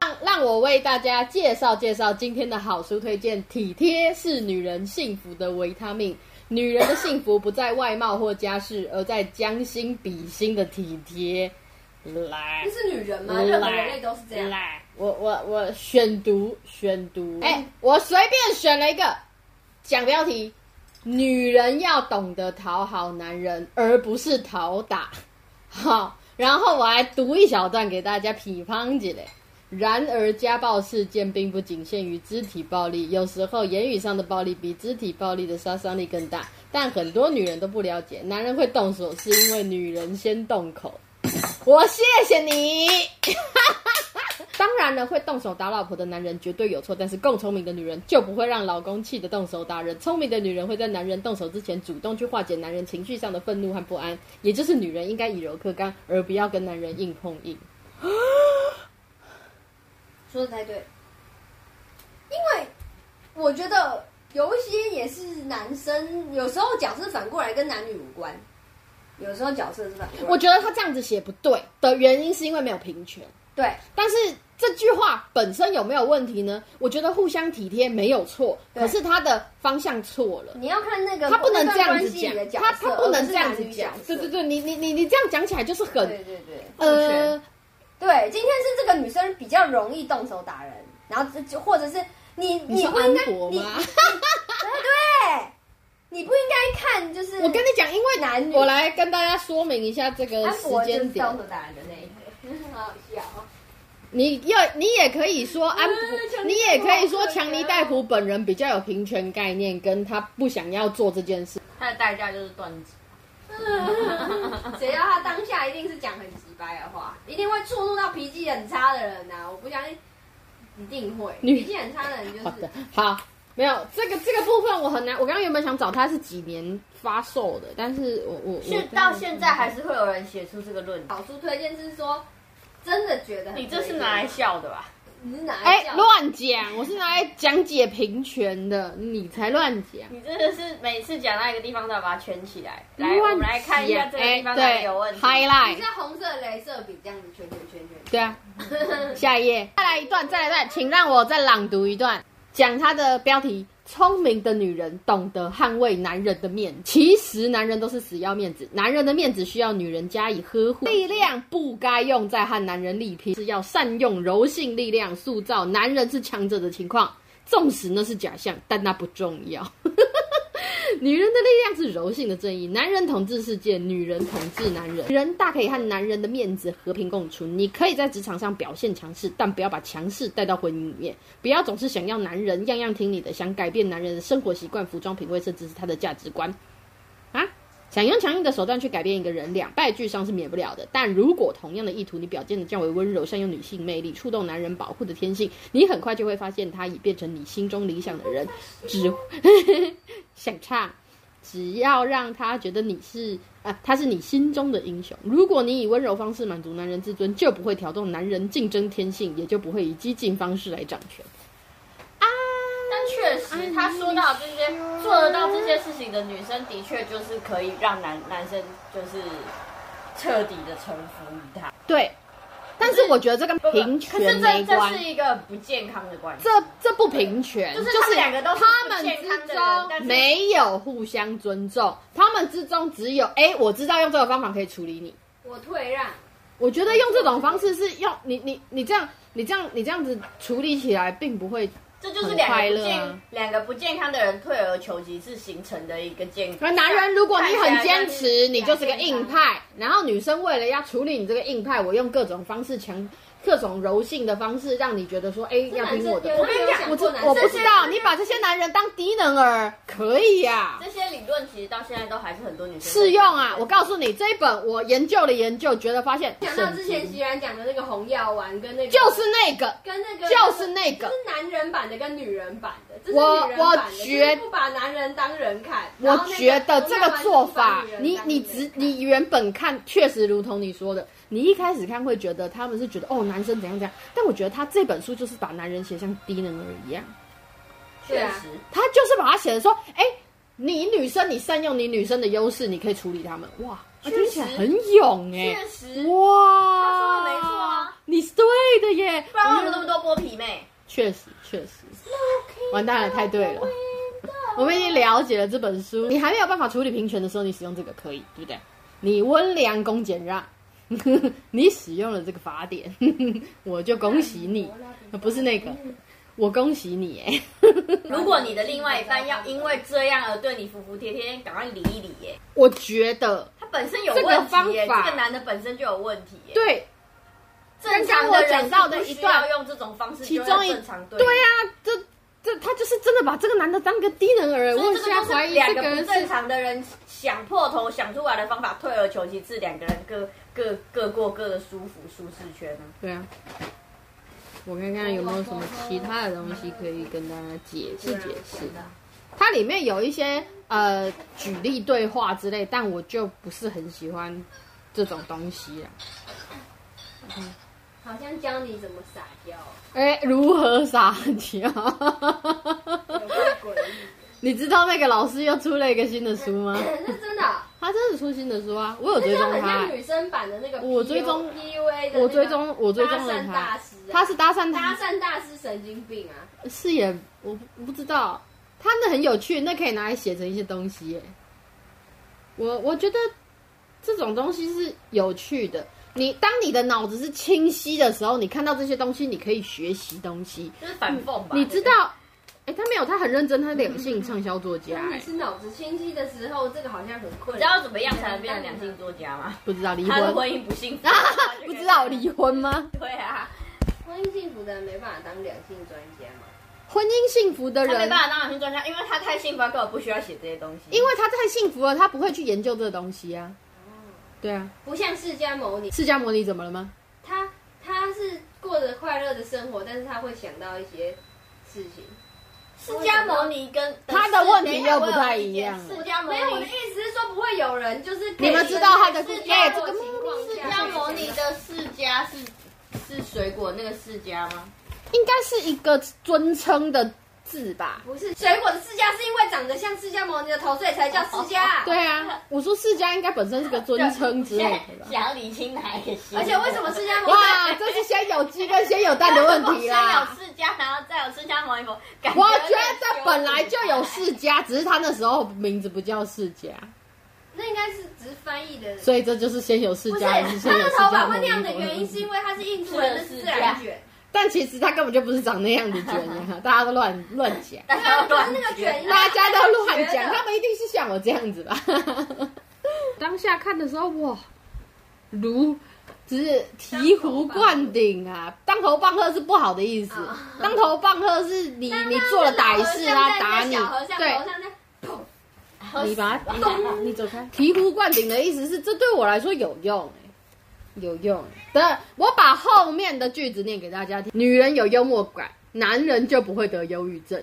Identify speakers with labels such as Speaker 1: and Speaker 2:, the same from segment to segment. Speaker 1: 让让我为大家介绍介绍今天的好书推荐，《体贴是女人幸福的维他命》。女人的幸福不在外貌或家世，而在将心比心的体贴。来
Speaker 2: 这，是女人吗？
Speaker 1: 来
Speaker 2: 任何人类都是这样。
Speaker 1: 来，我我我选读选读，哎、我随便选了一个，讲标题：女人要懂得讨好男人，而不是讨打。好，然后我还读一小段给大家批判几嘞。然而，家暴事件并不仅限于肢体暴力，有时候言语上的暴力比肢体暴力的杀伤力更大。但很多女人都不了解，男人会动手是因为女人先动口。 我谢谢你。当然了，会动手打老婆的男人绝对有错，但是够聪明的女人就不会让老公气得动手打人。聪明的女人会在男人动手之前主动去化解男人情绪上的愤怒和不安，也就是女人应该以柔克刚，而不要跟男人硬碰硬。
Speaker 2: 说的太对，因为我觉得有一些也是男生，有时候角色反过来跟男女无关，有时候角色是反过来。
Speaker 1: 我觉得他这样子写不对的原因是因为没有平权，
Speaker 2: 对，
Speaker 1: 但是这句话本身有没有问题呢？我觉得互相体贴没有错，
Speaker 2: 对
Speaker 1: 可是他的方向错了。
Speaker 2: 你要看那个
Speaker 1: 他不能这样
Speaker 2: 那段
Speaker 1: 子
Speaker 2: 关系里的角
Speaker 1: 讲，
Speaker 2: 色
Speaker 1: 他他不能这样子
Speaker 2: 而
Speaker 1: 讲
Speaker 2: 不，是
Speaker 1: 对对
Speaker 2: 男女角色
Speaker 1: 对，你你你你这样讲起来就是很
Speaker 2: 对对对，
Speaker 1: 呃，
Speaker 2: 对，今天是这个女生比较容易动手打人，然后这就或者是你
Speaker 1: 你
Speaker 2: 你
Speaker 1: 是
Speaker 2: 不应
Speaker 1: 安
Speaker 2: 该
Speaker 1: 博
Speaker 2: 你
Speaker 1: 吗？
Speaker 2: 对，你不应该看就是
Speaker 1: 我跟你讲，因
Speaker 2: 男
Speaker 1: 为
Speaker 2: 女
Speaker 1: 我来跟大家说明一下这个
Speaker 2: 安
Speaker 1: 时
Speaker 2: 博就是
Speaker 1: 间点
Speaker 2: 动。手打人的 那一个，好好笑哦。
Speaker 1: 你要你也可以说
Speaker 3: 啊
Speaker 1: 安博，
Speaker 2: 强尼戴普
Speaker 1: 你也可以说强尼戴普本人比较有平权概念，跟他不想要做这件事。
Speaker 3: 它的代价就是断指。
Speaker 2: 谁要他当下一定是讲很直白的话，一定会触怒到脾气很差的人啊呐、我不相信，一定会。
Speaker 1: 女
Speaker 2: 脾气很差的人
Speaker 3: 嗯
Speaker 2: 就
Speaker 1: 好
Speaker 2: 是
Speaker 1: 的，好，没有这个这个部分我很难。我刚刚原本想找他是几年发售的，但是我我我
Speaker 3: 现到现在还是会有人写出这个论 点，
Speaker 2: 好书推荐是说，真的觉得很
Speaker 3: 你这是拿来笑的吧？
Speaker 2: 你是拿来
Speaker 1: 哎
Speaker 2: 笑
Speaker 1: 乱讲，我是拿来讲解平权的，你才乱讲。
Speaker 3: 你真的是每次讲到一个地方都要把它圈起来。来，
Speaker 1: 乱
Speaker 3: 我们来看一下这个地方哪里有问题。
Speaker 1: 哎对
Speaker 2: 你
Speaker 1: ，highlight，
Speaker 2: 像红色镭射笔这样子圈圈圈圈。
Speaker 1: 对啊， 下一页，再来一段，再来一段，请让我再朗读一段，讲它的标题：聪明的女人懂得捍卫男人的面。其实男人都是死要面子，男人的面子需要女人加以呵护，力量不该用在和男人力拼，是要善用柔性力量，塑造男人是强者的情况。纵使那是假象，但那不重要。 女人的力量是柔性的正义，男人统治世界，女人统治男人。女人大可以和男人的面子和平共处。你可以在职场上表现强势，但不要把强势带到婚姻里面。不要总是想要男人样样听你的，想改变男人的生活习惯、服装品味，甚至是他的价值观。啊，想用强硬的手段去改变一个人，两败俱伤是免不了的。但如果同样的意图，你表现的较为温柔，善用女性魅力，触动男人保护的天性，你很快就会发现他已变成你心中理想的人。只想唱，只要让他觉得你是啊、他是你心中的英雄。如果你以温柔方式满足男人自尊，就不会挑动男人竞争天性，也就不会以激进方式来掌权。
Speaker 3: 但确实，他说到这些做得到这些事情的女生，的确就是可以让男男生就是彻底的臣服于他。
Speaker 1: 对，但是我觉得这跟
Speaker 3: 不不
Speaker 1: 平
Speaker 3: 可是
Speaker 1: 权没
Speaker 3: 这这
Speaker 1: 关
Speaker 3: 是，一个不健康的关系
Speaker 1: 这。这不平权，
Speaker 3: 就是是他们两个都是
Speaker 1: 他
Speaker 3: 不
Speaker 1: 们
Speaker 3: 健康
Speaker 1: 之
Speaker 3: 的人但
Speaker 1: 中
Speaker 3: 是
Speaker 1: 没有互相尊重，他们之中只有哎，我知道用这个方法可以处理你。
Speaker 2: 我退让，
Speaker 1: 我觉得用这种方式是用你你你这样你这样你这样子处理起来，并不会
Speaker 3: 这就是两
Speaker 1: 很快
Speaker 3: 个不
Speaker 1: 乐
Speaker 3: 健、
Speaker 1: 啊
Speaker 3: 两个不健康的人退而求其次形成的一个健
Speaker 1: 那
Speaker 3: 康。
Speaker 1: 男人，如果你很坚
Speaker 3: 看起
Speaker 1: 持，你就是个
Speaker 2: 两边
Speaker 1: 硬派。然后女生为了要处理你这个硬派，我用各种方式强，各种柔性的方式，让你觉得说，哎，要听我的。
Speaker 2: 这男生
Speaker 1: 我跟你
Speaker 2: 有没有
Speaker 1: 讲，我
Speaker 2: 想
Speaker 1: 这
Speaker 2: 过男生
Speaker 1: 我不知道，
Speaker 2: 这些
Speaker 1: 你把这些男人当低能儿，可以呀、
Speaker 3: 这些理论其实到现在都还是很多女生
Speaker 1: 适用啊！我告诉你，这一本我研究了研究，觉得发现，
Speaker 2: 想到之前席然讲的那个红药丸跟那个
Speaker 1: 就是那个，
Speaker 2: 跟那个
Speaker 1: 就是那个
Speaker 2: 这，是男人版的跟女人版的，这是
Speaker 1: 我
Speaker 2: 女人版的
Speaker 1: 我
Speaker 2: 就是
Speaker 1: 觉
Speaker 2: 不把男人当人看。
Speaker 1: 我觉得这个做法，你
Speaker 2: 然后那个
Speaker 1: 你
Speaker 2: 男人
Speaker 1: 只
Speaker 2: 不把女人当人看
Speaker 1: 你原本看确实如同你说的，你一开始看会觉得他们是觉得哦男生怎样怎样，但我觉得他这本书就是把男人写像低能儿一样，
Speaker 3: 确
Speaker 2: 对啊
Speaker 3: 实，
Speaker 1: 他就是把它写的说，哎、你女生，你善用你女生的优势，你可以处理他们。哇，
Speaker 3: 确
Speaker 1: 听
Speaker 3: 实
Speaker 1: 起来很勇哎、
Speaker 3: 确实，
Speaker 1: 哇，
Speaker 3: 他说的没错啊，
Speaker 1: 你是对的耶。
Speaker 3: 不然为什么那么多剥皮妹？
Speaker 1: 确实确实，完蛋了，太对了。我们已经了解了这本书，你还没有办法处理平权的时候，你使用这个可以，对不对？你温良恭俭让， 你使用了这个法典， 我就恭喜你。不是那个，我恭喜你哎。
Speaker 3: 如果你的另外一半要因为这样而对你服服帖帖，赶快理一理耶。
Speaker 1: 我觉得
Speaker 3: 他本身有
Speaker 1: 这个
Speaker 3: 问题耶，
Speaker 1: 方法
Speaker 3: 这个男的本身就有问题耶。，
Speaker 1: 对，
Speaker 3: 正常的
Speaker 1: 刚刚我
Speaker 3: 人
Speaker 1: 讲到的一段
Speaker 3: 是不需要用这种方式，
Speaker 1: 其中一
Speaker 3: 就会正常对
Speaker 1: 对啊呀、这这他就是真的把这个男的当个低能儿。
Speaker 3: 所
Speaker 1: 我
Speaker 3: 以
Speaker 1: 现
Speaker 3: 这
Speaker 1: 在
Speaker 3: 个就
Speaker 1: 怀
Speaker 3: 是
Speaker 1: 疑
Speaker 3: 两
Speaker 1: 这
Speaker 3: 个
Speaker 1: 个
Speaker 3: 不
Speaker 1: 人
Speaker 3: 正
Speaker 1: 是
Speaker 3: 常的人想破头想出来的方法，退而求其次，两个人各各各过各的舒服舒适圈呢。
Speaker 1: 对啊。我看看有没有什么其他的东西可以跟大家解释解释。它里面有一些呃举例对话之类，但我就不是很喜欢这种东西啊。
Speaker 2: 好像教你怎么撒娇，
Speaker 1: 哎，如何撒娇？
Speaker 2: 有够诡异。
Speaker 1: 你知道那个老师又出了一个新的书吗？
Speaker 2: 那真的啊，
Speaker 1: 他真的出新的书啊！我有
Speaker 2: 那
Speaker 1: 追
Speaker 2: 就
Speaker 1: 踪
Speaker 2: 很
Speaker 1: 他、
Speaker 2: 像
Speaker 1: 哎
Speaker 2: 女生版的那个 PU,
Speaker 1: 我追踪
Speaker 2: PUA 的、那个
Speaker 1: 我追踪我追踪
Speaker 2: 搭
Speaker 1: 了
Speaker 2: 讪大
Speaker 1: 他，
Speaker 2: 师啊、
Speaker 1: 他是搭讪
Speaker 2: 搭
Speaker 1: 他
Speaker 2: 讪大师神经病啊！
Speaker 1: 是也我不我不知道，他那很有趣，那可以拿来写成一些东西耶。我我觉得这种东西是有趣的。你当你的脑子是清晰的时候，你看到这些东西，你可以学习东西。
Speaker 3: 就是反讽吧。
Speaker 1: 嗯你知道，哎、他没有，他很认真，他两性畅销作家、
Speaker 3: 嗯
Speaker 2: 当你
Speaker 1: 哎，
Speaker 2: 是脑子清晰的时候，这个好像很困
Speaker 3: 你知
Speaker 2: 难。
Speaker 3: 道怎么样才能变成两性
Speaker 1: 啊
Speaker 3: 作家吗？
Speaker 1: 不知道离
Speaker 3: 他的
Speaker 1: 婚，
Speaker 3: 婚姻不幸福
Speaker 1: 啊， 不知道离婚吗？
Speaker 3: 对啊，
Speaker 2: 婚姻幸福的人没办法当两性专家嘛？
Speaker 1: 婚姻幸福的
Speaker 3: 他没
Speaker 1: 人
Speaker 3: 办，法当两性专家，因为他太幸福，他根本不需要写这些东西。
Speaker 1: 因为他太幸福了，他不会去研究这个东西啊。对啊，
Speaker 2: 不像释迦牟尼，
Speaker 1: 释迦牟尼怎么了吗？
Speaker 2: 他他是过着快乐的生活，但是他会想到一些事情。
Speaker 3: 释迦牟尼跟
Speaker 1: 他的问题又不太一样
Speaker 3: 释迦牟
Speaker 2: 没有，我的
Speaker 3: 尼
Speaker 2: 意，思是说不会有人就是
Speaker 1: 你们知道他的故
Speaker 2: 释
Speaker 1: 哎
Speaker 2: 迦
Speaker 1: 这个
Speaker 2: 的情况
Speaker 3: 释
Speaker 2: 下
Speaker 3: 迦牟尼的释迦是是水果那个释迦吗？
Speaker 1: 应该是一个尊称的字吧？
Speaker 2: 不是水果的释迦，是因为长得像释迦牟尼的头，所以才叫释迦啊。
Speaker 1: 对啊，我说释迦应该本身是个尊称之类 的吧？
Speaker 3: 想要理清哪一个系
Speaker 2: 而且为什么释迦牟尼？
Speaker 1: 哇，这是先有鸡跟先有蛋的问题 啦。
Speaker 3: 先有释迦，然后再有释迦牟尼佛，感
Speaker 1: 我
Speaker 3: 有
Speaker 1: 觉
Speaker 3: 点
Speaker 1: 得本来就有世家，只是他那时候名字不叫世家，
Speaker 2: 那应该是只是翻译的。
Speaker 1: 所以这就是先有世
Speaker 2: 不是，
Speaker 1: 家还是先
Speaker 2: 他
Speaker 1: 有
Speaker 2: 的
Speaker 1: 世
Speaker 2: 头
Speaker 1: 家
Speaker 2: 发会那样的原因，是因为他是印度人的自然卷，
Speaker 1: 但其实他根本就不是长那样的卷呀，大家都乱乱讲，
Speaker 3: 大
Speaker 2: 对啊
Speaker 3: 家，都
Speaker 2: 可
Speaker 3: 乱
Speaker 2: 是那个卷，
Speaker 1: 大家都乱
Speaker 2: 觉
Speaker 1: 讲，
Speaker 2: 得
Speaker 1: 他们一定是像我这样子吧？ 当下看的时候，哇，如只是醍醐灌顶啊！当头棒喝是不好的意思
Speaker 2: 哦，
Speaker 1: 当头棒喝是你你做了歹事啊，打你
Speaker 2: 小和尚，
Speaker 1: 对
Speaker 2: 头。上在砰，
Speaker 1: 你把它， 你你走开。醍醐灌顶的意思是，这对我来说有用、欸，有用、欸。等我把后面的句子念给大家听：女人有幽默感，男人就不会得忧郁症。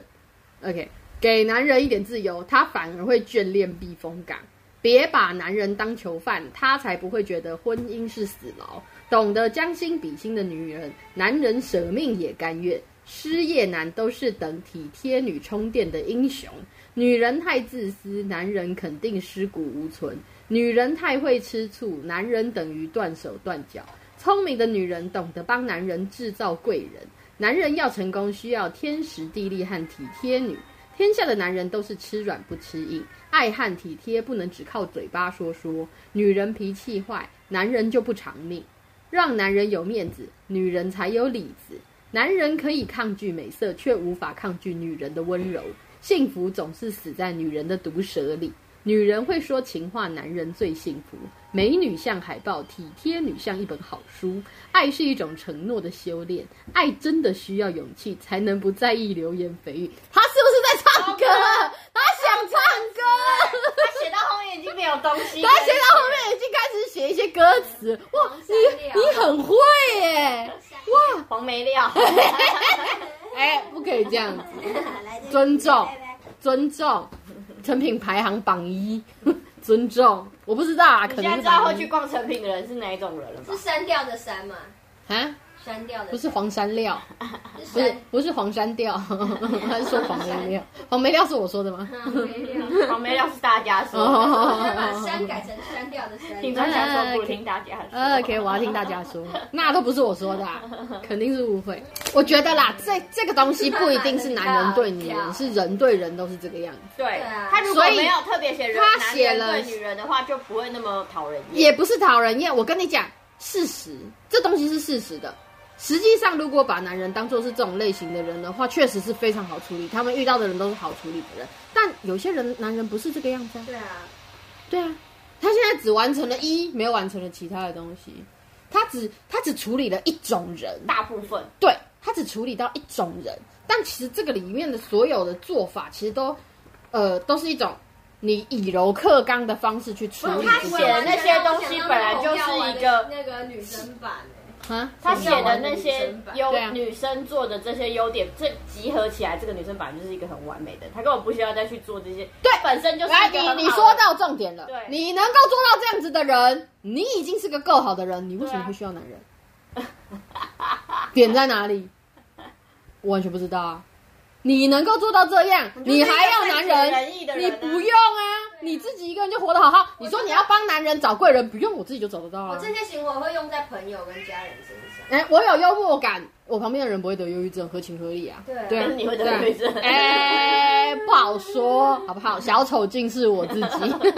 Speaker 1: OK，给男人一点自由，他反而会眷恋避风港。别把男人当囚犯，他才不会觉得婚姻是死牢。懂得将心比心的女人，男人舍命也甘愿。失业男都是等体贴女充电的英雄。女人太自私，男人肯定尸骨无存；女人太会吃醋，男人等于断手断脚。聪明的女人懂得帮男人制造贵人。男人要成功，需要天时地利和体贴女。天下的男人都是吃软不吃硬，爱和体贴不能只靠嘴巴说说。女人脾气坏，男人就不偿命。让男人有面子，女人才有里子。男人可以抗拒美色，却无法抗拒女人的温柔。幸福总是死在女人的毒舌里。女人会说情话，男人最幸福。美女像海报，体贴女像一本好书。爱是一种承诺的修炼，爱真的需要勇气，才能不在意流言蜚语。他是不是在唱歌？他想唱歌。
Speaker 3: 他写到后面已经没有东西，
Speaker 1: 他写到后面已经开始写一些歌词，哇，
Speaker 2: 黄山
Speaker 1: 你
Speaker 2: 料
Speaker 1: 你很会耶！哇，
Speaker 3: 黄梅料，
Speaker 1: 哎、不可以这样子，
Speaker 2: 来这
Speaker 1: 尊重，尊重，成品排行榜一，尊重，我不知道啊，可
Speaker 3: 你
Speaker 1: 能
Speaker 3: 现在
Speaker 1: 是
Speaker 3: 知道
Speaker 1: 榜
Speaker 3: 会
Speaker 1: 一
Speaker 3: 去逛成品的人是哪一种人了吧
Speaker 2: 是？删掉的删嘛？
Speaker 1: 啊，
Speaker 2: 删掉的，
Speaker 1: 不是黄山料，
Speaker 2: 是
Speaker 1: 不是
Speaker 2: 删
Speaker 1: 不是黄山调，他是说黄梅料，黄梅料是我说的吗？
Speaker 2: 啊没料。
Speaker 3: 黄梅料哦是大家说
Speaker 1: 哦哦
Speaker 2: 我
Speaker 3: 的，
Speaker 2: 先把删改成删掉的删。
Speaker 3: 听专家说不听大家说。
Speaker 1: 呃，OK，我要听大家说，那都不是我说的、啊，肯定是误会。我觉得啦，这这个东西不一定是男人对 女人，是人对人都是这个样子。
Speaker 3: 对
Speaker 2: 对啊
Speaker 3: 他如果
Speaker 1: 所以
Speaker 3: 没有特别写人，
Speaker 1: 他
Speaker 3: 男
Speaker 1: 写
Speaker 3: 人
Speaker 1: 了
Speaker 3: 对女人的话，就不会那么讨人厌。
Speaker 1: 也不是讨人厌。我跟你讲，事实这东西是事实的。实际上，如果把男人当做是这种类型的人的话，确实是非常好处理。他们遇到的人都是好处理的人，但有些人男人不是这个样子、啊。
Speaker 2: 对啊，
Speaker 1: 对啊，他现在只完成了一，没有完成了其他的东西。他只他只处理了一种人，
Speaker 3: 大部分
Speaker 1: 对他只处理到一种人，但其实这个里面的所有的做法，其实都呃都是一种你以柔克刚的方式去处
Speaker 3: 不
Speaker 1: 理
Speaker 3: 是
Speaker 1: 这
Speaker 3: 他
Speaker 1: 件事。
Speaker 3: 写的那些东西本来就是一个
Speaker 2: 那个女生版欸
Speaker 1: 啊，
Speaker 3: 他写的那些优
Speaker 1: 对啊
Speaker 3: 女生做的这些优点，这集合起来，这个女生本来就是一个很完美的，她根本不需要再去做这些。
Speaker 1: 对
Speaker 3: 本身就是
Speaker 1: 来，哎
Speaker 3: 一
Speaker 1: 你
Speaker 3: 个很好的
Speaker 1: 你说到重点了
Speaker 3: 对，
Speaker 1: 你能够做到这样子的人，你已经是个够好的人，你为什么
Speaker 3: 对啊
Speaker 1: 会需要男人？点在哪里？我完全不知道啊！你能够做到这样，
Speaker 3: 就是
Speaker 1: 你还要
Speaker 3: 一个
Speaker 1: 男
Speaker 3: 善解
Speaker 1: 人？
Speaker 3: 人意的人
Speaker 1: 你
Speaker 3: 啊
Speaker 1: 不用啊，你自己一个人就活得好好。你说你要帮男人找贵人，不用，我自己就找得到
Speaker 2: 我
Speaker 1: 啊。
Speaker 2: 这些行为会用在朋友跟家人身上。
Speaker 1: 哎，我有幽默感，我旁边的人不会得忧郁症，合情合理啊。
Speaker 2: 对啊
Speaker 1: 对啊
Speaker 3: 但是你会得忧郁症
Speaker 1: 对啊哎，不好说，好不好？小丑竟是我自 己。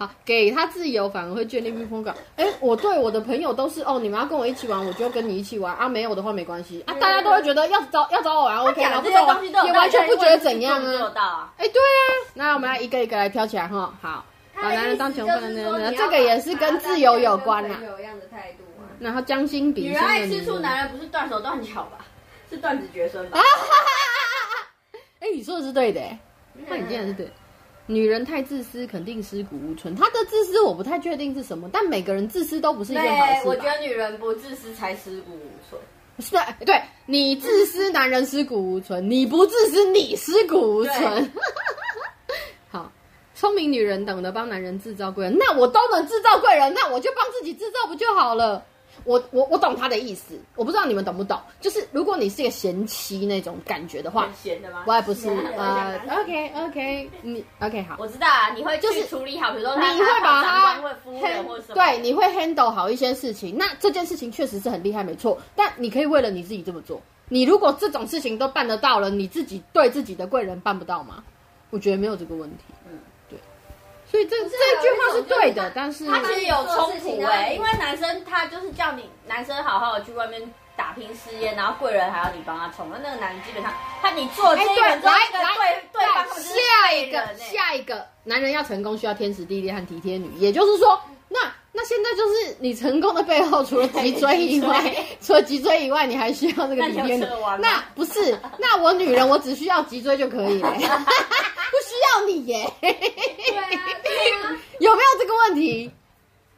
Speaker 1: 好，给他自由反而会建立避风港。哎，我对我的朋友都是哦，你们要跟我一起玩，我就跟你一起玩啊。没有的话没关系啊，大家都会觉得要找要找我玩 OK，
Speaker 3: 讲
Speaker 1: 然后不
Speaker 3: 的这
Speaker 1: 懂
Speaker 3: 些东西都有
Speaker 1: 也完全不觉得怎样
Speaker 3: 但是做
Speaker 1: 啊
Speaker 3: 不。到啊。
Speaker 1: 哎，对啊，那我们来一个一个来挑起来哈。好，把男人当囚犯
Speaker 2: 那
Speaker 1: 呢？这个也是跟自由有关
Speaker 2: 啊
Speaker 1: 啊。。
Speaker 2: 有样的态度啊。
Speaker 1: 然后将心比
Speaker 3: 女
Speaker 1: 心
Speaker 3: 人
Speaker 1: 的
Speaker 3: 爱
Speaker 1: 女
Speaker 3: 吃醋，
Speaker 1: 人
Speaker 3: 男人不是断手断脚吧？是断子绝孙吧？
Speaker 1: 哎、你说的是对的、
Speaker 3: 啊
Speaker 1: 欸，那你竟然是对的。女人太自私，肯定尸骨无存。她的自私我不太确定是什么，但每个人自私都不是一件好事吧。
Speaker 3: 我觉得女人不自私才尸骨无存。
Speaker 1: 是的，对你自
Speaker 3: 嗯
Speaker 1: 私，男人尸骨无存；你不自私，你尸骨无存。 好，聪明女人懂得帮男人制造贵人，那我都能制造贵人，那我就帮自己制造不就好了？我我我懂她的意思，我不知道你们懂不懂。就是如果你是一个贤妻那种感觉的话
Speaker 3: 很，闲的吗？
Speaker 1: 我也不是
Speaker 3: 我想
Speaker 1: 呃
Speaker 3: 拿
Speaker 1: ，OK OK，你 OK 好，
Speaker 3: 我知道啊，你会
Speaker 1: 就
Speaker 3: 去
Speaker 1: 是
Speaker 3: 处理好，比如说
Speaker 1: 你
Speaker 3: 他
Speaker 1: 会把
Speaker 3: 他
Speaker 1: 它
Speaker 3: 长官会服务人或什么，
Speaker 1: 对，你会 handle 好一些事情。那这件事情确实是很厉害，没错。但你可以为了你自己这么做。你如果这种事情都办得到了，你自己对自己的贵人办不到吗？我觉得没有这个问题。嗯
Speaker 3: 嗯，
Speaker 1: 对。所以这
Speaker 2: 不是啊
Speaker 1: 这句话是对
Speaker 2: 有
Speaker 1: 的
Speaker 2: 一种就是，
Speaker 1: 但是
Speaker 3: 他其实有冲
Speaker 2: 事情啊然
Speaker 3: 突
Speaker 2: 后
Speaker 3: 哎、
Speaker 2: 你
Speaker 3: 因为男生他就是叫你男生好好的去外面打拼事业，然后贵人还要你帮他冲，那那个男人基本上他你做这
Speaker 1: 哎，
Speaker 3: 一
Speaker 1: 对，来
Speaker 3: 轮之后，那个
Speaker 1: 来
Speaker 3: 对，对方他们就是
Speaker 1: 下
Speaker 3: 废
Speaker 1: 一个
Speaker 3: 人哎、
Speaker 1: 下一个男人要成功需要天时地利和体贴女，也就是说，那那现在就是你成功的背后，除了脊椎以外
Speaker 3: 脊椎，
Speaker 1: 除了脊椎以外，你还需要这个
Speaker 3: 那
Speaker 1: 体
Speaker 3: 你有
Speaker 1: 贴女
Speaker 3: 吃得完。吗
Speaker 1: 那不是，那我女人我只需要脊椎就可以了，欸 不需要你耶，
Speaker 2: 对啊，对啊，
Speaker 1: 有没有这个问题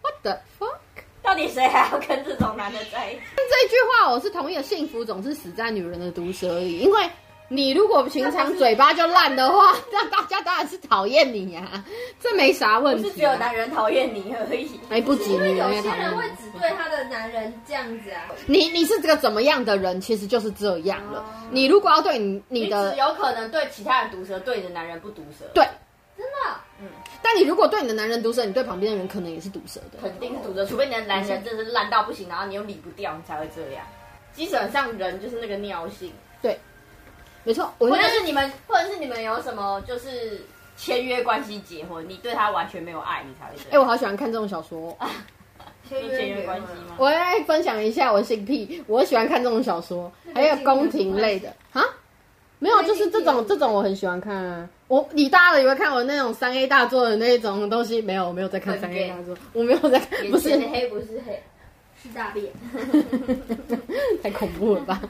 Speaker 1: ？What the fuck？
Speaker 3: 到底谁还要跟这种男的在一 起？
Speaker 1: 这句话我是同意的，幸福总是死在女人的毒舌里，因为你如果平常嘴巴就烂的话，那大家当然是讨厌你呀、 这没啥
Speaker 3: 不
Speaker 1: 问
Speaker 3: 是
Speaker 1: 题、
Speaker 3: 只有
Speaker 1: 啊。
Speaker 3: 男人讨厌你而已。
Speaker 1: 哎，不仅
Speaker 2: 因为
Speaker 1: 女
Speaker 2: 有
Speaker 1: 人也
Speaker 2: 些
Speaker 1: 讨
Speaker 2: 人
Speaker 1: 厌
Speaker 2: 会只对他的男人这样子啊。
Speaker 1: 你，你是这个怎么样的人，其实就是这样了。你如果要对你哦你
Speaker 3: 只
Speaker 1: 的
Speaker 3: 有可能对其他人毒舌，对你的男人不毒舌，
Speaker 1: 对，
Speaker 2: 真的，
Speaker 1: 但你如果对你的男人毒舌，你对旁边的人可能也是毒舌的。
Speaker 3: 肯定是毒舌，除非你的男人真的是烂到不行，然后你又理不掉，你才会这样。基本上人就是那个尿性。
Speaker 1: 没错，我
Speaker 3: 或
Speaker 1: 觉
Speaker 3: 者
Speaker 1: 得
Speaker 3: 是你们，或者是你们有什么就是签约关系结婚，你对他完全没有爱，你才会这
Speaker 1: 哎，
Speaker 3: 样。
Speaker 1: 我好喜欢看这种小说哦、
Speaker 2: 签
Speaker 3: 就签约关系吗？
Speaker 1: 我来分享一下我的性癖，我喜欢看这种小说，还有宫廷类的啊。没有，就是这种这种我很喜欢看啊。我你大家有没有看我那种三 A 大作的那种东西？没有，我没有在看三 A 大作，哎我没有在看，不是
Speaker 3: 眼前的黑不是 黑，
Speaker 2: 是大便。
Speaker 1: 太恐怖了吧？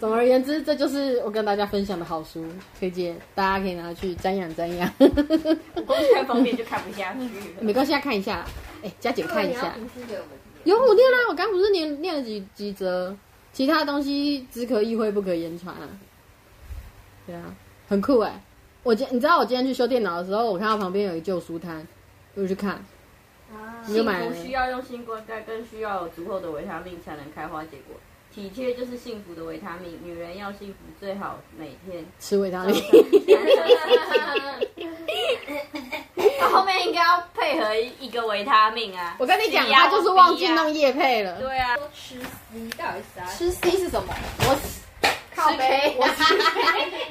Speaker 1: 总而言之，这就是我跟大家分享的好书，推荐大家可以拿去瞻仰瞻仰。
Speaker 3: 我光看封面就看不下去了。
Speaker 1: 没关系，啊，看一下。哎，佳姐看一
Speaker 2: 哦你要
Speaker 1: 下，
Speaker 2: 平时给我们听。
Speaker 1: 有我念啦、我刚不是念念了几几则，其他东西只可意会不可言传啊。对啊，很酷哎、我今你知道我今天去修电脑的时候，我看到旁边有一旧书摊，我就去看。
Speaker 2: 啊
Speaker 1: 你有买了
Speaker 3: 幸福需要用新冠盖，更需要有足够的维他命才能开花结果。体贴就是幸福的维他命，女人要幸福最好每天。
Speaker 1: 吃维他命。
Speaker 3: 啊后面应该要配合一个维他命啊。
Speaker 1: 我跟你讲，他就是忘记弄
Speaker 3: 一。
Speaker 1: 叶配 了。
Speaker 3: 对啊，
Speaker 2: 吃 C 到底是啥？
Speaker 1: 吃 C 是什么？我
Speaker 2: 靠背，我吃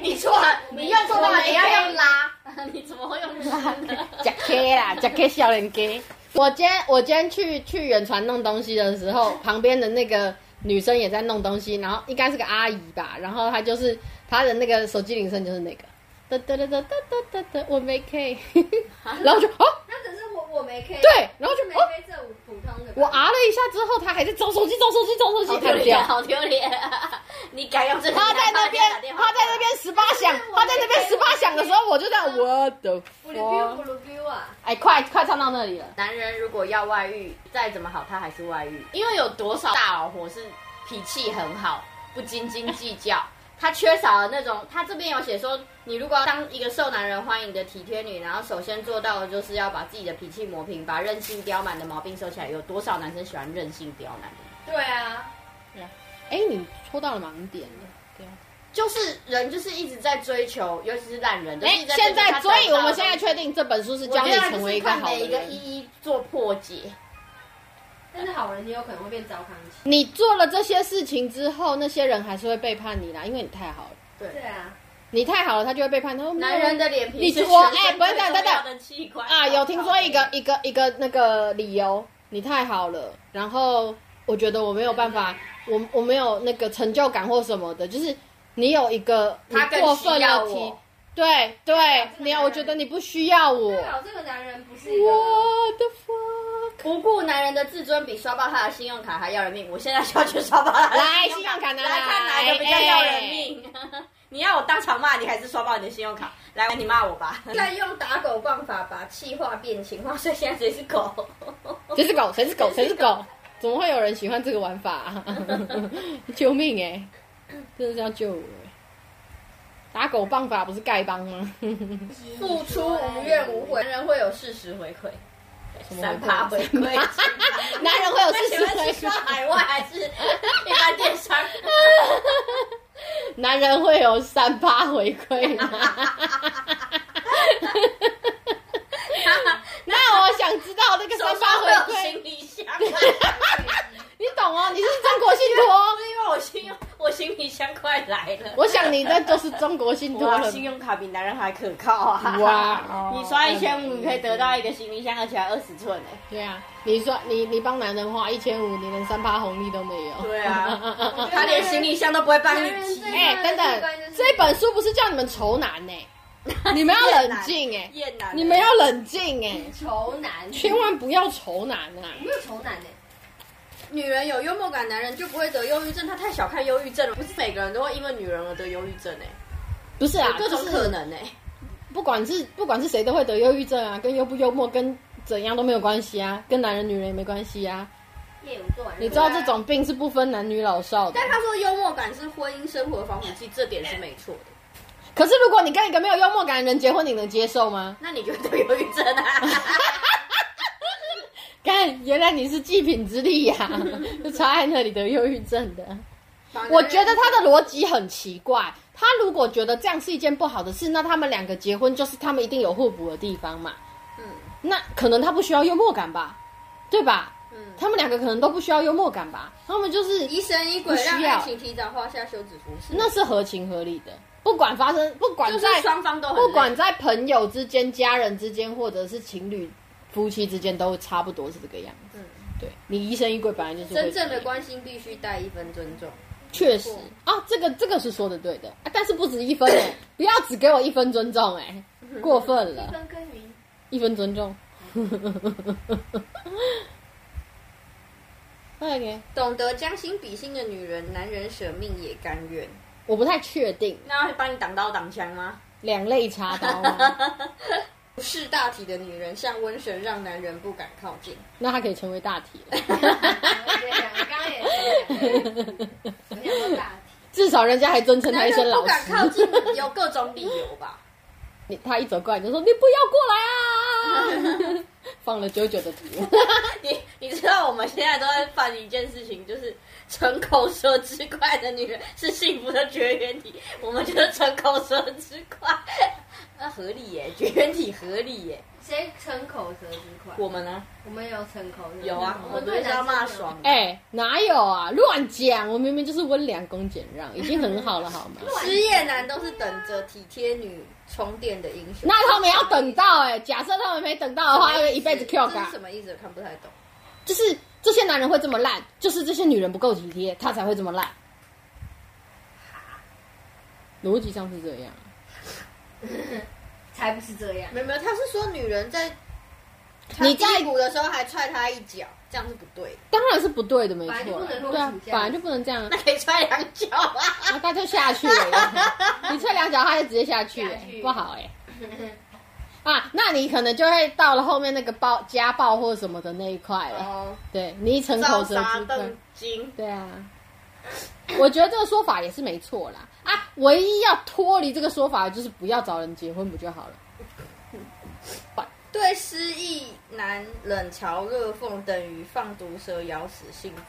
Speaker 1: 你错了，你用错了，你要用拉。
Speaker 3: 你怎么会用拉的？
Speaker 1: 假 K 啦，假 K 笑脸 K。我今天我今天去去远传弄东西的时候，旁边的那个女生也在弄东西，然后应该是个阿姨吧，然后她就是她的那个手机铃声就是那个，哒哒哒哒哒哒哒哒，我没 K，然 后就哦
Speaker 2: 那只是我我没 K，
Speaker 1: 对，然后就
Speaker 2: 没
Speaker 1: 哦
Speaker 2: K 这普通的吧。
Speaker 1: 我啊了一下之后，她还在找手机找手机找手
Speaker 3: 好
Speaker 1: 机，
Speaker 3: 丢
Speaker 1: 看不
Speaker 3: 脸，
Speaker 1: 掉。
Speaker 3: 好丢脸！ 你敢用这个？
Speaker 1: 她在那边，她在那边十八响，她在那边十八响的时候，我就在我的
Speaker 2: 不鲁 Q 不鲁 Q 啊，
Speaker 1: 哎，快快唱到那里了。
Speaker 3: 男人如果要外遇，再怎么好，他还是外遇。因为有多少大老婆是脾气很好，不斤斤计较， 他缺少了那种。他这边有写说，你如果要当一个受男人欢迎的体贴女，然后首先做到的就是要把自己的脾气磨平，把任性刁蛮的毛病收起来。有多少男生喜欢任性刁难的？
Speaker 2: 对 啊，
Speaker 1: 哎，你戳到了盲点了。对啊
Speaker 3: 就是人就是一直在追求，尤其是烂人。就是
Speaker 1: 哎
Speaker 3: 一直，追求
Speaker 1: 现在，
Speaker 3: 他
Speaker 1: 所以
Speaker 3: 得到
Speaker 1: 我
Speaker 3: 的
Speaker 1: 们现在
Speaker 3: 东西
Speaker 1: 确定这本书是教你成为一个好
Speaker 3: 我觉得就是看每
Speaker 1: 的
Speaker 3: 一个
Speaker 1: 人。
Speaker 3: 一一做破解。
Speaker 2: 但是好人也有可能会变糟糠妻。
Speaker 1: 你做了这些事情之后，那些人还是会背叛你啦，因为你太好了，
Speaker 2: 对啊，
Speaker 1: 你哦太好了，他就会背叛。他说
Speaker 3: 男人的脸皮，
Speaker 1: 你
Speaker 3: 是
Speaker 1: 说
Speaker 3: 全身
Speaker 1: 哎不是
Speaker 3: 最
Speaker 1: 等等
Speaker 3: 重要的器官
Speaker 1: 啊，有听说一个一个一个那个理由，你太好了，然后我觉得我没有办法，我我没有那个成就感或什么的，就是你有一个你
Speaker 3: 他更
Speaker 1: 过
Speaker 3: 需
Speaker 1: 分
Speaker 3: 要
Speaker 1: 了
Speaker 3: 我
Speaker 1: 提，对对
Speaker 2: 这，个
Speaker 1: 没有，
Speaker 2: 男
Speaker 1: 我
Speaker 2: 人
Speaker 1: 觉得你不需要我，
Speaker 2: 至少这个男人不是一个，
Speaker 1: 我的 fuck。
Speaker 3: 不顾男人的自尊，比刷爆他的信用卡还要人命。我现在就要去刷爆他的
Speaker 1: 来哎
Speaker 3: 信
Speaker 1: 信
Speaker 3: 用
Speaker 1: 用卡拿
Speaker 3: 来看哪个比较要人命。你要我当场骂你，还是刷爆你的信用卡？来，你骂我 吧。再用打狗棒法把气化变情化，所以现在谁是狗？
Speaker 1: 谁是狗？谁是狗？谁是狗？怎么会有人喜欢这个玩法、 啊？救命哎、真的是要救我、欸！打狗棒法不是丐帮吗？
Speaker 3: 付出无怨无悔，男人会有事实回馈，三
Speaker 1: 么
Speaker 3: 趴
Speaker 1: 回啊
Speaker 3: 回馈。
Speaker 1: 男人会有
Speaker 3: 那
Speaker 1: 事
Speaker 3: 请
Speaker 1: 实
Speaker 3: 问是刷
Speaker 1: 回
Speaker 3: 海外还是一般 电商？
Speaker 1: 馈，男人会有三八回馈 吗？那我想知道那个
Speaker 3: 手
Speaker 1: 三
Speaker 3: 刷
Speaker 1: 八
Speaker 3: 会有
Speaker 1: 回
Speaker 3: 行
Speaker 1: 馈，
Speaker 3: 李箱，
Speaker 1: 你懂哦？你是中国信托哦，
Speaker 3: 因为我信用我行李箱快来了。
Speaker 1: 我想你那就是中国信托
Speaker 3: 哇，
Speaker 1: 了。
Speaker 3: 信用卡比男人还可靠啊！
Speaker 1: 哇哦
Speaker 3: 你刷一千五，你可以得到一个行李箱，而且还二十寸哎。
Speaker 1: 对啊，你说你你帮男人花一千五，你连三八红利都没有。
Speaker 3: 对 啊
Speaker 2: 他连行
Speaker 3: 李箱都不会帮
Speaker 2: 你提
Speaker 1: 哎、等等，这本书不是叫你们仇男呢、你们要冷静哎、
Speaker 3: 厌男，
Speaker 1: 你们要冷静哎、
Speaker 2: 仇男，欸
Speaker 1: 千万不要仇男啊！
Speaker 2: 没有仇男呢。欸
Speaker 3: 女人有幽默感，男人就不会得忧郁症。他太小看忧郁症了，不是每个人都会因为女人而得忧郁症哎，
Speaker 1: 不是啊
Speaker 3: 有，各种
Speaker 1: 就是
Speaker 3: 可能哎。
Speaker 1: 不管是不管是谁都会得忧郁症啊，跟幽不幽默跟怎样都没有关系啊，跟男人女人也没关系啊。
Speaker 2: 业务做完，
Speaker 1: 你知道这种病是不分男女老少的
Speaker 3: 但。他说幽默感是婚姻生活防腐剂，这点是没错的。
Speaker 1: 可是如果你跟一个没有幽默感的人结婚，你能接受吗？
Speaker 3: 那你就得忧郁症啊？
Speaker 1: 看，原来你是祭品之力呀、 就差在那里得忧郁症的。 我觉得他的逻辑很奇怪。他如果觉得这样是一件不好的事，那他们两个结婚就是他们一定有互补的地方嘛。
Speaker 3: 嗯
Speaker 1: 那可能他不需要幽默感吧，对吧？
Speaker 3: 嗯，
Speaker 1: 他们两个可能都不需要幽默感吧，他们就是
Speaker 3: 疑神疑鬼
Speaker 1: 不需
Speaker 3: 让
Speaker 1: 要
Speaker 3: 爱情提早画下休止符，是
Speaker 1: 那是合情合理的。不管发生，不管
Speaker 3: 就是
Speaker 1: 在
Speaker 3: 双方都很累
Speaker 1: 不管在朋友之间、家人之间，或者是情侣、夫妻之间，都差不多是这个样子。
Speaker 3: 嗯
Speaker 1: 对你疑神疑鬼本来就是会
Speaker 3: 真正
Speaker 1: 这
Speaker 3: 的
Speaker 1: 样
Speaker 3: 关心必须带一分尊重。
Speaker 1: 确实啊，这个这个是说的对的，啊、但是不止一分哎、不要只给我一分尊重 哎、过分
Speaker 2: 一
Speaker 1: 了，
Speaker 2: 分耕 耘，
Speaker 1: 一分尊重。OK，
Speaker 3: 懂得将心比心的女人，男人舍命也甘愿。
Speaker 1: 我不太确定，
Speaker 3: 那会帮你挡刀挡枪吗？
Speaker 1: 两肋插刀啊 吗？
Speaker 3: 不是大体的女人像瘟神，让男人不敢靠 近。
Speaker 1: 那他可以成为大体了，
Speaker 2: 我啊刚刚也是，我想说大题，
Speaker 1: 至少人家还尊称他
Speaker 3: 男
Speaker 1: 一声
Speaker 3: 人
Speaker 1: 老
Speaker 3: 不敢
Speaker 1: 师。
Speaker 3: 靠近有各种理由吧？
Speaker 1: 你他一走过来你就说你不要过来啊， 放了九九的图，
Speaker 3: 你你知道我们现在都在犯一件事情，就是逞口舌之快的女人是幸福的绝缘体，我们就是逞口舌之快， 那合理耶， 绝缘体合理耶。
Speaker 2: 谁逞口舌之快？
Speaker 3: 我们呢？
Speaker 2: 我们有逞口舌之快，
Speaker 3: 有啊，
Speaker 2: 我
Speaker 3: 我
Speaker 2: 们
Speaker 3: 们对
Speaker 2: 对
Speaker 3: 他
Speaker 2: 男
Speaker 3: 骂
Speaker 2: 生有
Speaker 3: 爽。
Speaker 1: 哎、哪有啊，乱讲，我明明就是温良恭俭让，已经很好了好吗？
Speaker 3: 失业男都是等着体贴女充电的英雄。
Speaker 1: 那他们要等到哎、假设他们没等到的话，要一辈子 Q
Speaker 3: 这是
Speaker 1: 嘎
Speaker 3: 什。么意思？我看不太懂。
Speaker 1: 就是这些男人会这么烂，就是这些女人不够体贴，他才会这么烂。逻辑上是这样，
Speaker 2: 才不是这样。
Speaker 3: 没有没有，他是说女人在
Speaker 1: 你在
Speaker 3: 低谷的时候还踹他一脚，这样是不对的。
Speaker 1: 当然是不对的，没
Speaker 2: 本来就
Speaker 1: 错啦
Speaker 2: 不能，落
Speaker 1: 对啊
Speaker 2: 井，下
Speaker 1: 本来就不能这样啊
Speaker 3: 那，可以踹两脚啊！
Speaker 1: 那他就下去了 耶，你踹两脚他就直接下去了
Speaker 2: 下，去
Speaker 1: 不好哎、啊，那你可能就会到了后面那个暴家暴或什么的那一块了，
Speaker 3: 哦，
Speaker 1: 对你逞口
Speaker 3: 招
Speaker 1: 舌
Speaker 3: 杀
Speaker 1: 之快。
Speaker 3: 邓金，
Speaker 1: 对啊，我觉得这个说法也是没错啦。啊，唯一要脱离这个说法的就是不要找人结婚不就好 了？
Speaker 3: 对失意男冷嘲热讽等于放毒蛇咬死幸福。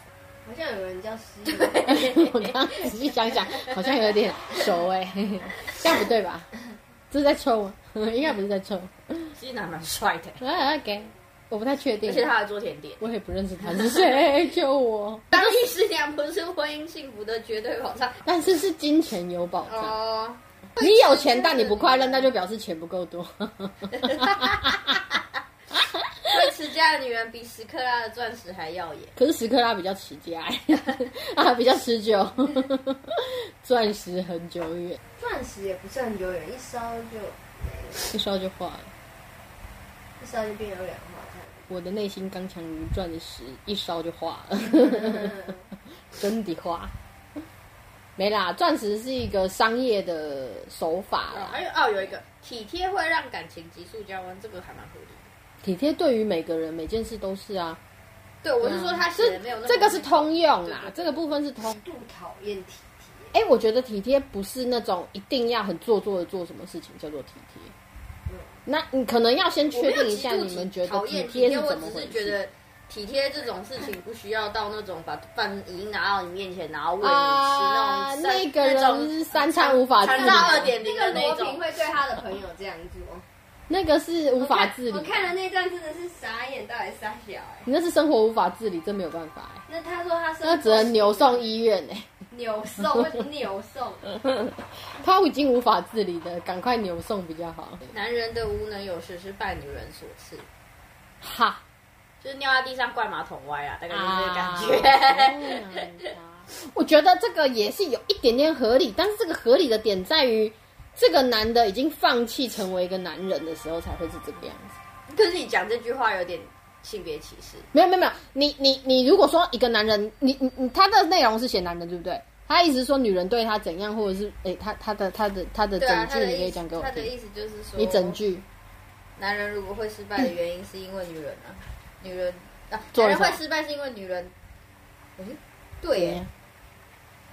Speaker 2: 好像有人叫失忆，
Speaker 1: 我刚刚仔细想想，好像有点熟哎、欸， 这样不对吧？这是在抽吗？ 应该不是在抽。
Speaker 3: 失意男蛮帅的，
Speaker 1: 啊，OK，我不太确定
Speaker 3: 而，且他还做甜点。
Speaker 1: 我也不认识他是谁，救我！
Speaker 3: 当一师娘不是婚姻幸福的绝对保障
Speaker 1: 但是是金钱有保障，
Speaker 3: 哦。
Speaker 1: 你有钱但你不快乐，那就表示钱不够 多。
Speaker 3: 会持家的女人比十克拉的钻石还耀眼。
Speaker 1: 可是屎克拉比较持家、 欸，啊，比较持久， 钻石很久远，
Speaker 2: 钻石也不是很久远，一烧就
Speaker 1: 一烧就化了。
Speaker 2: 一烧就变有氧化
Speaker 1: 我的内心刚强如钻石，一烧就化了，
Speaker 2: 碳。
Speaker 1: 真的化。没啦，钻石是一个商业的手法
Speaker 3: 哦，
Speaker 1: 啦
Speaker 3: 还。有哦，有一个体贴会让感情急速加温，这个还蛮合理的。
Speaker 1: 体贴对于每个人每件事都是啊，
Speaker 3: 对，我是说他写的没有那么
Speaker 1: 这个是通用啦
Speaker 3: 对对，对
Speaker 1: 这个部分是通。
Speaker 2: 度讨厌体贴，
Speaker 1: 哎、我觉得体贴不是那种一定要很做作的做什么事情叫做体贴。那你可能要先
Speaker 3: 嗯我
Speaker 1: 确
Speaker 3: 没有
Speaker 1: 定一
Speaker 3: 极
Speaker 1: 下，
Speaker 3: 度
Speaker 1: 你们
Speaker 3: 体
Speaker 1: 觉得
Speaker 3: 讨厌
Speaker 1: 贴
Speaker 3: 体
Speaker 1: 是
Speaker 3: 贴，我
Speaker 1: 怎么
Speaker 3: 只
Speaker 1: 回
Speaker 3: 是
Speaker 1: 事？
Speaker 3: 觉得体贴这种事情不需要到那种把饭已经拿到你面前，然后喂你吃
Speaker 1: 啊
Speaker 3: 那，种
Speaker 1: 那
Speaker 3: 三
Speaker 1: 个
Speaker 3: 那种
Speaker 1: 人是三餐无法自
Speaker 3: 三到二
Speaker 1: 理，
Speaker 3: 点零的
Speaker 2: 罗
Speaker 3: 那
Speaker 2: 平
Speaker 3: 种。
Speaker 2: 会对他的朋友这样做，
Speaker 1: 那个是无法自
Speaker 2: 我
Speaker 1: 理。
Speaker 2: 看了那段真的是傻眼，到底傻小哎、
Speaker 1: 你那是生活无法自理，真没有办法哎、
Speaker 2: 那他说他是
Speaker 1: 那只能扭送医院哎、
Speaker 2: 扭送，为什么扭送？
Speaker 1: 他已经无法自理的，赶快扭送比较好。
Speaker 3: 男人的无能有时是拜女人所赐，
Speaker 1: 哈，
Speaker 3: 就是尿在地上怪马桶歪啊，大概就是这个感
Speaker 1: 啊
Speaker 3: 觉。
Speaker 1: 我觉得这个也是有一点点合理，但是这个合理的点在于，这个男的已经放弃成为一个男人的时候才会是这个样子。
Speaker 3: 可是你讲这句话有点性别歧视。
Speaker 1: 没有没有没有，你你你如果说一个男人，你你你他的内容是写男人对不对？他一直说女人对他怎样，或者是诶、他他的他的他的
Speaker 3: 对啊，
Speaker 1: 整句，
Speaker 3: 他的
Speaker 1: 你可以
Speaker 3: 意
Speaker 1: 讲
Speaker 3: 思
Speaker 1: 给我
Speaker 3: 他的
Speaker 1: 听。
Speaker 3: 意思就是说，
Speaker 1: 你整句
Speaker 3: 男人如果会失败的原因是因为女人啊，女人啊，
Speaker 1: 嗯做了
Speaker 3: 男
Speaker 1: 什
Speaker 3: 人
Speaker 1: 么
Speaker 3: 会失败是因为女人，哎，对
Speaker 1: 怎
Speaker 3: 耶
Speaker 1: 样，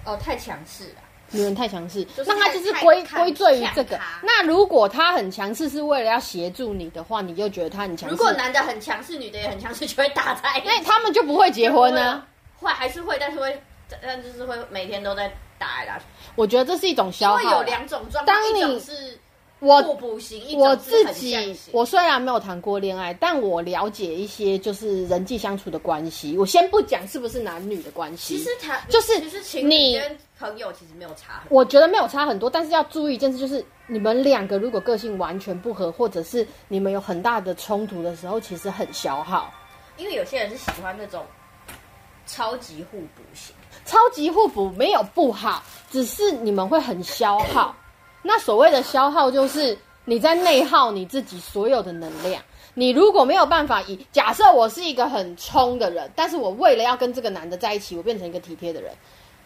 Speaker 3: 哦，太强势了，
Speaker 1: 女人太强势，
Speaker 3: 就是
Speaker 1: 那他
Speaker 3: 太
Speaker 1: 就是
Speaker 3: 太
Speaker 1: 归
Speaker 3: 看
Speaker 1: 归罪于这
Speaker 3: 看
Speaker 1: 个
Speaker 3: 他。
Speaker 1: 那如果他很强势是为了要协助你的话，你又觉得他很强势，
Speaker 3: 如果男的很强势，女的也很强势，就会打在一起
Speaker 1: 那他们就不会结婚啊呢、
Speaker 3: 会还是会，但是会，但就是会每天都在打来打去，
Speaker 1: 我觉得这是一种消
Speaker 3: 会有
Speaker 1: 耗。
Speaker 3: 两种状
Speaker 1: 当
Speaker 3: 况，一
Speaker 1: 你
Speaker 3: 种是互
Speaker 1: 我
Speaker 3: 补型，一
Speaker 1: 我
Speaker 3: 种是
Speaker 1: 自
Speaker 3: 很像
Speaker 1: 己，
Speaker 3: 型。
Speaker 1: 我虽然没有谈过恋爱，但我了解一些就是人际相处的关系。我先不讲是不是男女的关系，
Speaker 3: 其实他
Speaker 1: 就是
Speaker 3: 其实情侣
Speaker 1: 你
Speaker 3: 跟朋友其实没有差很多，
Speaker 1: 我觉得没有差很多，但是要注意一件事，就是你们两个如果个性完全不合，或者是你们有很大的冲突的时候，其实很消耗。
Speaker 3: 因为有些人是喜欢那种超级互补型。
Speaker 1: 超级互补没有不好，只是你们会很消耗。那所谓的消耗，就是你在内耗你自己所有的能量。你如果没有办法以假设我是一个很冲的人，但是我为了要跟这个男的在一起，我变成一个体贴的人，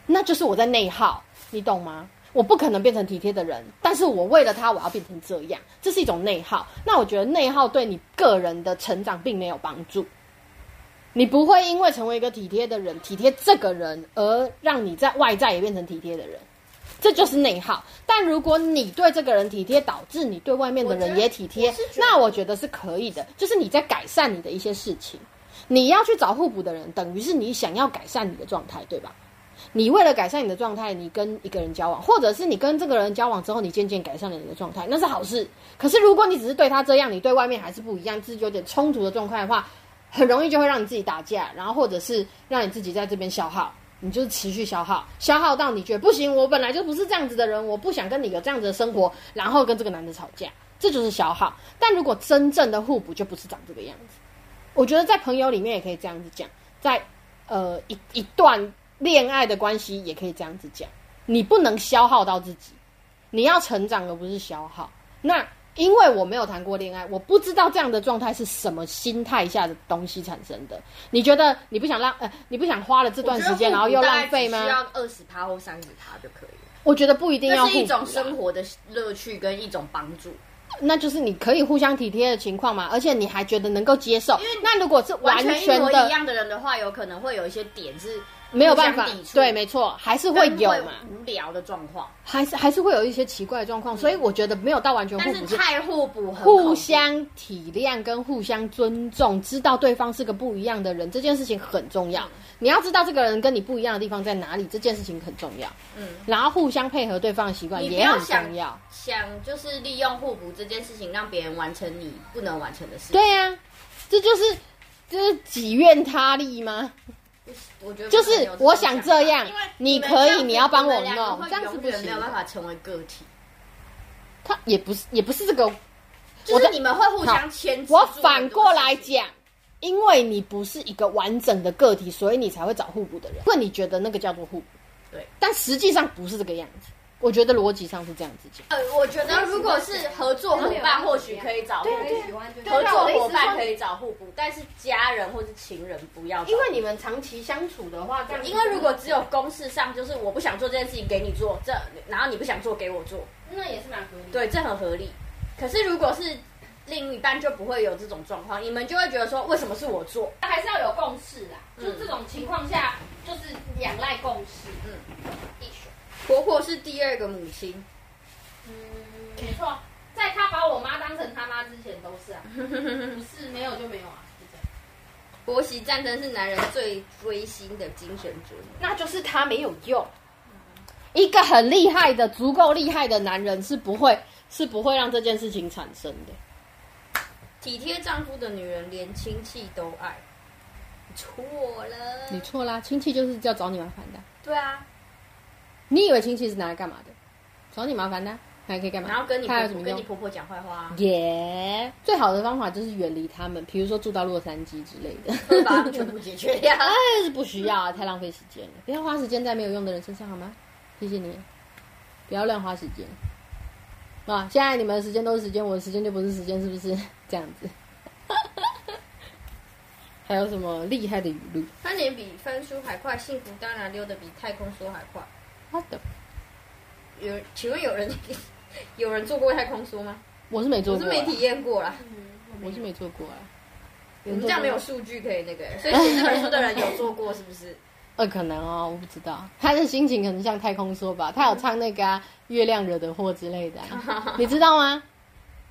Speaker 1: 那就是我在内耗，你懂吗？我不可能变成体贴的人，但是我为了他，我要变成这样，这是一种内耗。那我觉得内耗对你个人的成长并没有帮助。你不会因为成为一个体贴的人，体贴这个人，而让你在外在也变成体贴的人。这就是内耗。但如果你对这个人体贴，导致你对外面的人也体贴
Speaker 2: 我觉得我是觉，得
Speaker 1: 那我觉得是可以的，就是你在改善你的一些事情。你要去找互补的人，等于是你想要改善你的状态，对吧？你为了改善你的状态，你跟一个人交往，或者是你跟这个人交往之后，你渐渐改善了你的状态，那是好事。可是如果你只是对他这样，你对外面还是不一样，就是有点冲突的状况的话，很容易就会让你自己打架，然后或者是让你自己在这边消耗，你就是持续消耗，消耗到你觉得不行，我本来就不是这样子的人，我不想跟你有这样子的生活，然后跟这个男的吵架，这就是消耗。但如果真正的互补，就不是长这个样子。我觉得在朋友里面也可以这样子讲，在呃一一段恋爱的关系也可以这样子讲，你不能消耗到自己，你要成长而不是消耗。那因为我没有谈过恋爱，我不知道这样的状态是什么心态下的东西产生的。你觉得你不想浪呃你不想花了这段时间，然后又浪费
Speaker 3: 我觉得互补大概只需
Speaker 1: 吗？
Speaker 3: 要二十趴或三十趴就可以了。
Speaker 1: 我觉得不一定要
Speaker 3: 这
Speaker 1: 互
Speaker 3: 是一种
Speaker 1: 补啊啦
Speaker 3: 生活的乐趣跟一种帮助，
Speaker 1: 那就是你可以互相体贴的情况嘛，而且你还觉得能够接受。
Speaker 3: 因为
Speaker 1: 那如果是
Speaker 3: 完
Speaker 1: 全
Speaker 3: 一模
Speaker 1: 的
Speaker 3: 一样的人的话，有可能会有一些点是
Speaker 1: 没有办法
Speaker 3: 互相抵，触
Speaker 1: 对，没错，还是会有嘛，
Speaker 3: 更无聊的状况。
Speaker 1: 还是还是会有一些奇怪的状况，所以我觉得没有到完全互
Speaker 3: 但
Speaker 1: 补
Speaker 3: 是
Speaker 1: 是。
Speaker 3: 太互补很恐怖
Speaker 1: 互相体谅跟互相尊重，知道对方是个不一样的人，这件事情很重
Speaker 3: 嗯
Speaker 1: 要。你要知道这个人跟你不一样的地方在哪里，这件事情很重要。
Speaker 3: 嗯，
Speaker 1: 然后互相配合对方的习惯
Speaker 3: 你不
Speaker 1: 也
Speaker 3: 要
Speaker 1: 很
Speaker 3: 想
Speaker 1: 重要。
Speaker 3: 想就是利用互补这件事情，让别人完成你不能完成的事。，
Speaker 1: 对呀、这就是这是己愿他利吗？
Speaker 3: 我觉得
Speaker 1: 就是
Speaker 3: 不能有
Speaker 1: 我
Speaker 3: 种
Speaker 1: 想
Speaker 3: 法
Speaker 1: 这样
Speaker 3: 因为
Speaker 1: 你
Speaker 3: 们
Speaker 1: 可以
Speaker 3: 这样
Speaker 1: 你要帮我
Speaker 3: 们两个
Speaker 1: 弄
Speaker 3: 会
Speaker 1: 这样是
Speaker 3: 永
Speaker 1: 不
Speaker 3: 远
Speaker 1: 行
Speaker 3: 没有
Speaker 1: 的
Speaker 3: 办法成为个体，
Speaker 1: 他也不是也不是这个
Speaker 3: 就
Speaker 1: 在
Speaker 3: 是你们会互
Speaker 1: 好
Speaker 3: 相牵制。
Speaker 1: 我反过来，讲，因为你不是一个完整的个体，所以你才会找互补的人。因为你觉得那个叫做互补，
Speaker 3: 对，
Speaker 1: 但实际上不是这个样子。我觉得逻辑上是这样子讲。
Speaker 3: 呃，我觉得如果是合作伙伴，或许可以找互
Speaker 2: 我
Speaker 3: 补
Speaker 2: 也喜欢就
Speaker 3: 合
Speaker 2: 是
Speaker 3: 作伙伴可以找互补，但是家人或是情人不要找。
Speaker 1: 你们长期相处的话，这
Speaker 3: 因为如果只有公事上，就是我不想做这件事情给你做，这然后你不想做给我做，
Speaker 1: 那也是蛮合理。
Speaker 3: 对，这很合理。可是如果是另一半，就不会有这种状况，你们就会觉得说，为什么是我做？
Speaker 1: 还是要有共识啦。
Speaker 3: 就这
Speaker 1: 种情况下，就是仰赖共识。
Speaker 3: 嗯，
Speaker 1: 一选。
Speaker 3: 婆婆是第二个母亲，
Speaker 1: 嗯，没错，在他把我妈当成他妈之前都是 啊，不是没有就没有啊，是这样。
Speaker 3: 婆媳战争是男人最追星的精神折磨。
Speaker 1: 那就是他没有用。一个很厉害的、足够厉害的男人是不会是不会让这件事情产生的。
Speaker 3: 体贴丈夫的女人连亲戚都爱，你错了。
Speaker 1: 你错啦，亲戚就是要找你麻烦的。
Speaker 3: 对啊，
Speaker 1: 你以为亲戚是拿来干嘛的？找你麻烦的，啊还可以干嘛？
Speaker 3: 然后跟你
Speaker 1: 他还有什
Speaker 3: 婆婆
Speaker 1: 么
Speaker 3: 跟你
Speaker 1: 用？
Speaker 3: 婆婆讲坏话啊，
Speaker 1: 耶最好的方法就是远离他们，比如说住到洛杉矶之类的。
Speaker 3: 会把他们全部解决掉。
Speaker 1: 但是哎不需要啊，太浪费时间了。不要花时间在没有用的人身上，好吗？谢谢你，不要乱花时间。啊，现在你们的时间都是时间，我的时间就不是时间，是不是这样子？ 还有什么厉害的语录
Speaker 3: 翻脸比翻书还快，幸福当然溜得比太空梭还快。
Speaker 1: ？What the？
Speaker 3: 有人请问有人 有人做过太空梭吗？
Speaker 1: 我是没做
Speaker 3: 我
Speaker 1: 过
Speaker 3: 是
Speaker 1: 啊、
Speaker 3: 没体验过啦，
Speaker 1: 我是没做过啊。
Speaker 3: 我们这样没有数据可以那个，所以写这本书的人有做过是不是？
Speaker 1: 呃，可能哦，我不知道。他的心情可能像太空梭吧，他有唱那个、啊《月亮惹的祸》之类的啊、 你知道吗？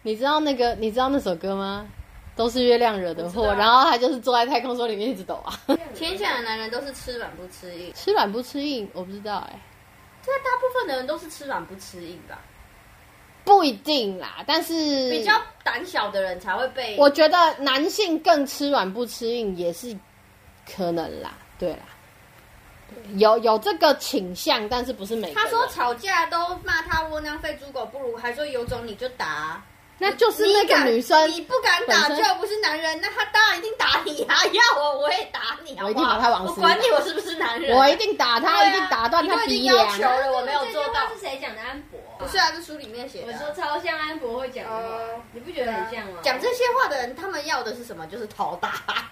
Speaker 1: 你知道那个你知道那首歌吗？都是月亮惹的祸，
Speaker 3: 我知道啊
Speaker 1: 然后他就是坐在太空梭里面一直抖 啊。
Speaker 3: 天下的男人都是吃软不吃硬，
Speaker 1: 吃软不吃硬，我不知道哎、
Speaker 3: 对啊，大部分的人都是吃软不吃硬吧，
Speaker 1: 不一定啦。但是
Speaker 3: 比较胆小的人才会被
Speaker 1: 我觉得男性更吃软不吃硬也是可能啦，对啦，对有有这个倾向，但是不是每个
Speaker 3: 他说
Speaker 1: 人啊
Speaker 3: 吵架都骂他窝囊废、猪狗不如，还说有种你就打啊、
Speaker 1: 那就是那个女生，
Speaker 3: 你不敢打
Speaker 1: 本
Speaker 3: 就
Speaker 1: 身
Speaker 3: 不是男人，那他当然一定打你啊！要我我也打你啊！
Speaker 1: 我一定把他往死
Speaker 3: 我
Speaker 1: 里打
Speaker 3: 管你我是不是男人，
Speaker 1: 我一定打他，
Speaker 3: 对啊
Speaker 1: 一定打断他
Speaker 3: 你都已
Speaker 1: 鼻
Speaker 3: 经要
Speaker 1: 梁啊
Speaker 3: 求。了，我没有做
Speaker 2: 这
Speaker 3: 到
Speaker 2: 句话。是谁讲的？安博。
Speaker 3: 不是啊，这书里面写的
Speaker 2: 我
Speaker 3: 啊。
Speaker 2: 说超像安博会讲的
Speaker 3: 哦
Speaker 2: 话，你不觉得很像吗？
Speaker 3: 讲这些话的人，他们要的是什么？就是讨打，啊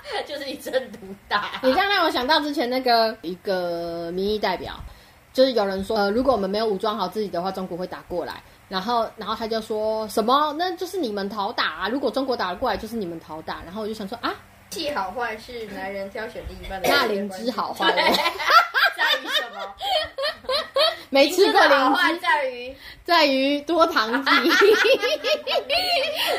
Speaker 3: 就是一阵毒打。
Speaker 1: 你这样让我想到之前那个一个民意代表，就是有人说，呃，如果我们没有武装好自己的话，中国会打过来。然后，然后他就说什么？那就是你们讨打、啊。如果中国打过来，就是你们讨打。然后我就想说啊，
Speaker 3: 气好坏是男哎人挑选另一半 的
Speaker 1: 那灵芝好坏
Speaker 3: 对在于什么？
Speaker 1: 没吃过
Speaker 3: 的好坏
Speaker 1: 灵芝，
Speaker 3: 在于
Speaker 1: 在于多糖 体。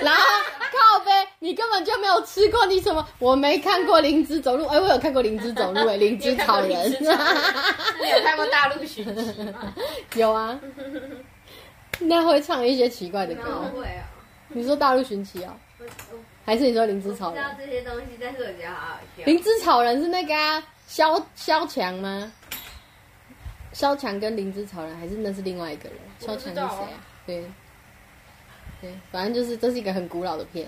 Speaker 1: 然后靠背，你根本就没有吃过，你什么？我没看过灵芝走路，哎、我有看过灵芝走路、哎，灵芝草
Speaker 3: 你有
Speaker 1: 人
Speaker 3: 看过灵芝草人你有看过大陆寻奇 吗？
Speaker 1: 有啊。那会唱一些奇怪的歌，
Speaker 2: 会啊，
Speaker 1: 你说大陆寻奇啊、
Speaker 2: 我我
Speaker 1: 还是你说灵芝
Speaker 2: 我
Speaker 1: 草
Speaker 2: 知
Speaker 1: 人
Speaker 2: 道？这些东西，但是我觉得好好笑。
Speaker 1: 灵芝草人是那个啊，萧萧强吗？萧强跟灵芝草人还是那是另外一个人？萧
Speaker 3: 我
Speaker 1: 强
Speaker 3: 知
Speaker 1: 是谁
Speaker 3: 道啊
Speaker 1: 啊？对，对，反正就是这是一个很古老的片，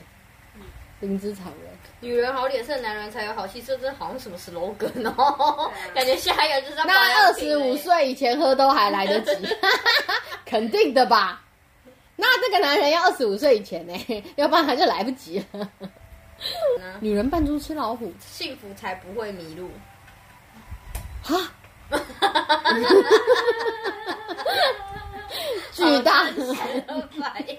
Speaker 1: 灵芝草人。
Speaker 3: 女人好脸色，男人才有好气色，这好像什么 slogan 哦
Speaker 2: 对啊，
Speaker 3: 感觉下一个就是要保
Speaker 1: 那二
Speaker 3: 养品
Speaker 1: 十五
Speaker 3: 嘞
Speaker 1: 岁以前喝都还来得及，肯定的吧？那这个男人要二十五岁以前呢、要不然他就来不及了。
Speaker 3: 呢，
Speaker 1: 女人扮猪吃老虎
Speaker 3: 幸福才不会迷路。
Speaker 1: 哈， 巨大
Speaker 3: 反应，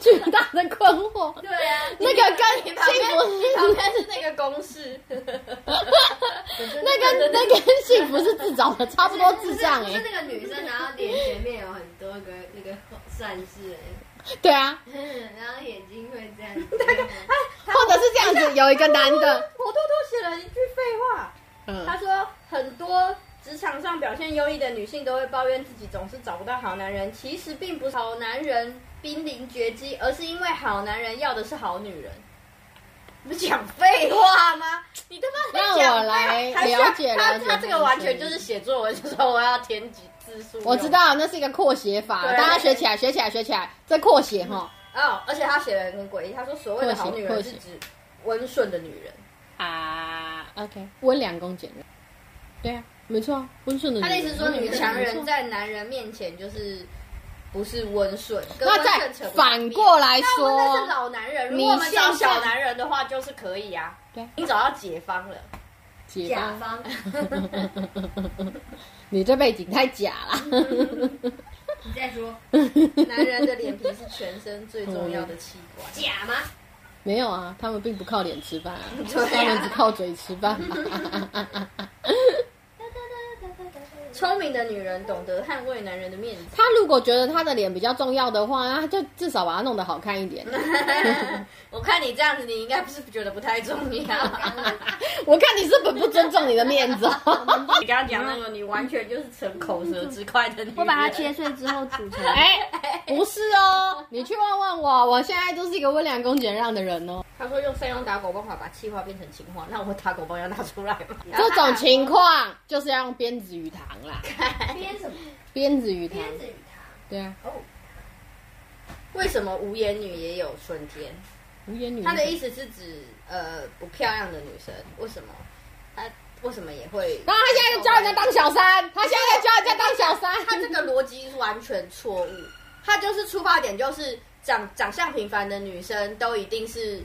Speaker 1: 巨大的困惑，
Speaker 2: 对啊，
Speaker 1: 那个跟
Speaker 3: 你
Speaker 1: 幸
Speaker 3: 旁边
Speaker 1: 福
Speaker 3: 你旁边 是那个公式，
Speaker 1: 那个那个跟幸福是自找的，差不多智障哎、
Speaker 2: 就是那个女生，然后脸前面有很多个那个算式
Speaker 1: 对啊，
Speaker 2: 哎，然后眼睛会这样。
Speaker 1: 或者是这样子，有一个男的，
Speaker 3: 我偷偷写了一句废话。
Speaker 1: 嗯，
Speaker 3: 他说，很多职场上表现优异的女性都会抱怨自己总是找不到好男人，其实并不是好男人濒临绝迹，而是因为好男人要的是好女人。你不讲废话吗？ 你他妈在
Speaker 1: 让
Speaker 3: 讲
Speaker 1: 我
Speaker 3: 废话
Speaker 1: 来
Speaker 3: 还是
Speaker 1: 了解
Speaker 3: 他
Speaker 1: 了解
Speaker 3: 他这个完全就
Speaker 1: 这
Speaker 3: 是
Speaker 1: 个
Speaker 3: 写作文，就说我要填几字数。
Speaker 1: 我知道那是一个扩写法，
Speaker 3: 对
Speaker 1: 大家学起来，学起来，学起来，这扩写哈。
Speaker 3: 哦，而且他写的很诡异，他说所谓的好女
Speaker 1: 或
Speaker 3: 人
Speaker 1: 许
Speaker 3: 是
Speaker 1: 或许
Speaker 3: 指温顺的女人，
Speaker 1: 啊，OK，温良恭俭让，对啊，没错啊，温顺的女
Speaker 3: 他
Speaker 1: 人。
Speaker 3: 的意思说女强人
Speaker 1: 没错
Speaker 3: 在男人面前就是不是温顺，跟
Speaker 1: 那
Speaker 3: 温顺扯
Speaker 1: 再
Speaker 3: 不上
Speaker 1: 反过来
Speaker 3: 边那我们是
Speaker 1: 说，
Speaker 3: 老男人，如
Speaker 1: 你
Speaker 3: 果我们找
Speaker 1: 现在
Speaker 3: 小男人的话，就是可以啊。
Speaker 1: 对
Speaker 3: 你找到解方 了，
Speaker 1: 解
Speaker 2: 甲
Speaker 1: 放，
Speaker 2: 方，
Speaker 1: 你这背景太假了。
Speaker 2: 你再说
Speaker 3: 男人的脸皮是全身最重要的器官。
Speaker 2: 假吗？
Speaker 1: 没有啊，他们并不靠脸吃饭啊，
Speaker 3: 对啊
Speaker 1: 他们只靠嘴吃饭嘛。
Speaker 3: 聪明的女人懂得捍卫男人的面子，
Speaker 1: 他如果觉得他的脸比较重要的话，那他就至少把它弄得好看一点。
Speaker 3: 我看你这样子，你应该不是觉得不太重要。
Speaker 1: 我看你是本不尊重你的面 子、哦。
Speaker 3: 你刚刚讲那个，你完全就是逞口舌之快的女人。
Speaker 2: 我把它切碎之后煮成。
Speaker 1: 哎、不是哦，你去问问我，我现在就是一个温良恭俭让的人 哦。
Speaker 3: 他说用善用打狗棒法把气话变成情话，那我打狗棒要拿出来吗？
Speaker 1: 这种情况就是要用鞭子鱼塘啦，哎
Speaker 2: 编什么？
Speaker 1: 鞭子鱼塘，
Speaker 2: 编子与糖。
Speaker 1: 对啊，
Speaker 3: 为什么无眼女也有春天？
Speaker 1: 无言女。
Speaker 3: 他的意思是指呃不漂亮的女生，为什么？她为什么也会？
Speaker 1: 然后他现在就教人家当小三，他现在就教人家当小三，
Speaker 3: 他这个逻辑是完全错误，他就是出发点就是长长相平凡的女生都一定是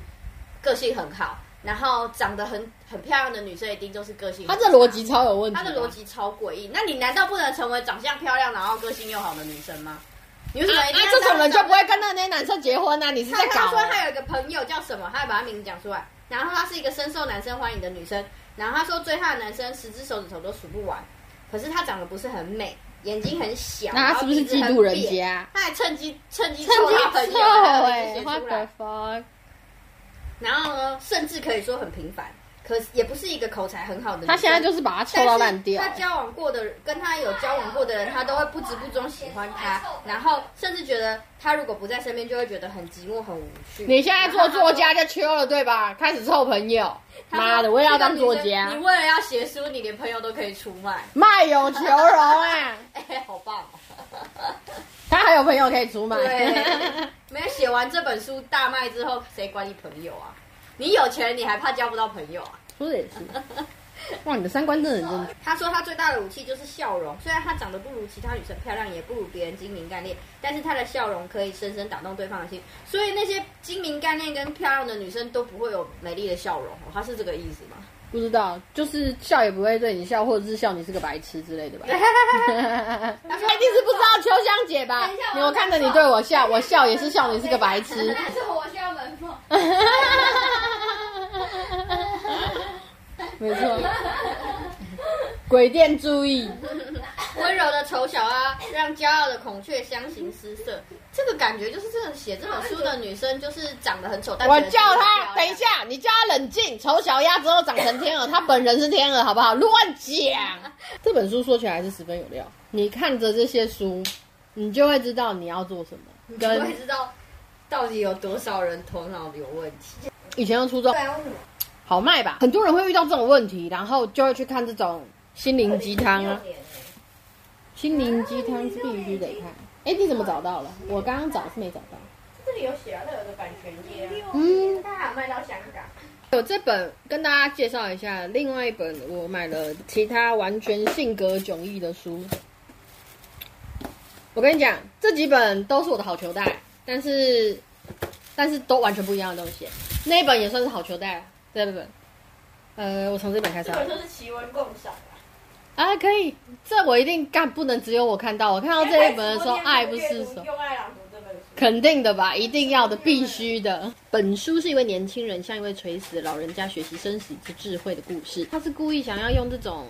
Speaker 3: 个性很好，然后长得很很漂亮的女生一定就是个性
Speaker 1: 他
Speaker 3: 很
Speaker 1: 这逻辑超有问题。啊
Speaker 3: 他的逻，辑超诡异。那你难道不能成为长相漂亮然后个性又好的女生吗？你为什
Speaker 1: 啊那、
Speaker 3: 么一定要
Speaker 1: 这种人就不
Speaker 3: 长
Speaker 1: 会跟那些男生结婚啊！你是
Speaker 3: 他
Speaker 1: 在搞、
Speaker 3: 他说他有一个朋友叫什么，他还把他名字讲出来。然后他是一个深受男生欢迎的女生，然后他说追她的男生十只手指头都数不完，可是她长得不是很美，眼睛很小，
Speaker 1: 那他是不是嫉妒人？家？
Speaker 3: 他还趁机趁机
Speaker 1: 趁
Speaker 3: 凑他
Speaker 1: 机
Speaker 3: 朋
Speaker 1: 凑
Speaker 3: 友，还有一
Speaker 1: 哎
Speaker 3: 些
Speaker 1: ，what
Speaker 3: 出
Speaker 1: the
Speaker 3: 来，
Speaker 1: fuck？
Speaker 3: 然后呢，甚至可以说很平凡，可是也不是一个口才很好的女生。
Speaker 1: 他现在就是把他
Speaker 3: 但
Speaker 1: 臭
Speaker 3: 是
Speaker 1: 到烂掉欸
Speaker 3: 他。交往过的人，跟他有交往过的人，他都会不知不中喜欢他，然后甚至觉得他如果不在身边，就会觉得很寂寞、很无趣。
Speaker 1: 你现在做作家就秋了对吧？开始凑朋友，妈的，我也要当作
Speaker 3: 你
Speaker 1: 家，
Speaker 3: 为了要写书，你连朋友都可以出卖，
Speaker 1: 卖友求荣啊！
Speaker 3: 哎、好棒、哦！
Speaker 1: 他还有朋友可以出卖。
Speaker 3: 对，没有写完这本书大卖之后，谁管你朋友啊？你有钱，你还怕交不到朋友啊？
Speaker 1: 说的也是。哇，你的三观真的很正。
Speaker 3: 他说他最大的武器就是笑容，虽然他长得不如其他女生漂亮，也不如别人精明干练，但是他的笑容可以深深打动对方的心。所以那些精明干练跟漂亮的女生都不会有美丽的笑容、哦，他是这个意思 吗？
Speaker 1: 不知道，就是笑也不会对你笑，或者是笑你是个白痴之 类的吧。 他一定是不知道秋香姐吧
Speaker 3: 哎
Speaker 2: 等一下？
Speaker 1: 你
Speaker 2: 我
Speaker 1: 我看着你对我笑，我笑也是笑你是个白 痴。
Speaker 2: 但是我需要门 缝。
Speaker 1: 没错，鬼店注意，
Speaker 3: 温柔的丑小鸭让骄傲的孔雀相形失色，这个感觉就是这种写这本书的女生就是长得很丑，但
Speaker 1: 我
Speaker 3: 觉得自己
Speaker 1: 叫
Speaker 3: 很
Speaker 1: 他
Speaker 3: 漂亮
Speaker 1: 等一，下，你叫他冷静。丑小鸭之后长成天鹅，他本人是天鹅，好不好？乱 讲。这本书说起来还是十分有料。你看着这些书，你就会知道你要做什么。
Speaker 3: 你会
Speaker 1: 跟
Speaker 3: 知道到底有多少人头脑有问题。
Speaker 1: 以前的初
Speaker 2: 对
Speaker 1: 中
Speaker 2: 啊，为什么？
Speaker 1: 好卖吧，很多人会遇到这种问题，然后就会去看这种心灵鸡汤啊。心灵鸡汤是必须得看。哎，你怎么找到了？我刚刚找是没找到。
Speaker 3: 这里有写啊，这有个版权页啊，
Speaker 1: 嗯，
Speaker 3: 它还有卖到香港。
Speaker 1: 我这本跟大家介绍一下，另外一本我买了其他完全性格迥异的书。我跟你讲，这几本都是我的好球袋，但是但是都完全不一样的东西。那一本也算是好球袋，这本，呃，我从这本开 始
Speaker 4: 这
Speaker 1: 好
Speaker 4: 本
Speaker 1: 了
Speaker 4: 就是奇闻共赏啊，
Speaker 1: 啊，可以，这我一定干，不能只有我看到。我看到这一本
Speaker 4: 哎
Speaker 1: 的时候，
Speaker 3: 哎
Speaker 1: 爱不释手。
Speaker 4: 用爱朗读这本书，
Speaker 1: 肯定的吧，一定要的，必须的。本书是一位年轻人向一位垂死的老人家学习生死之智慧的故事。他是故意想要用这种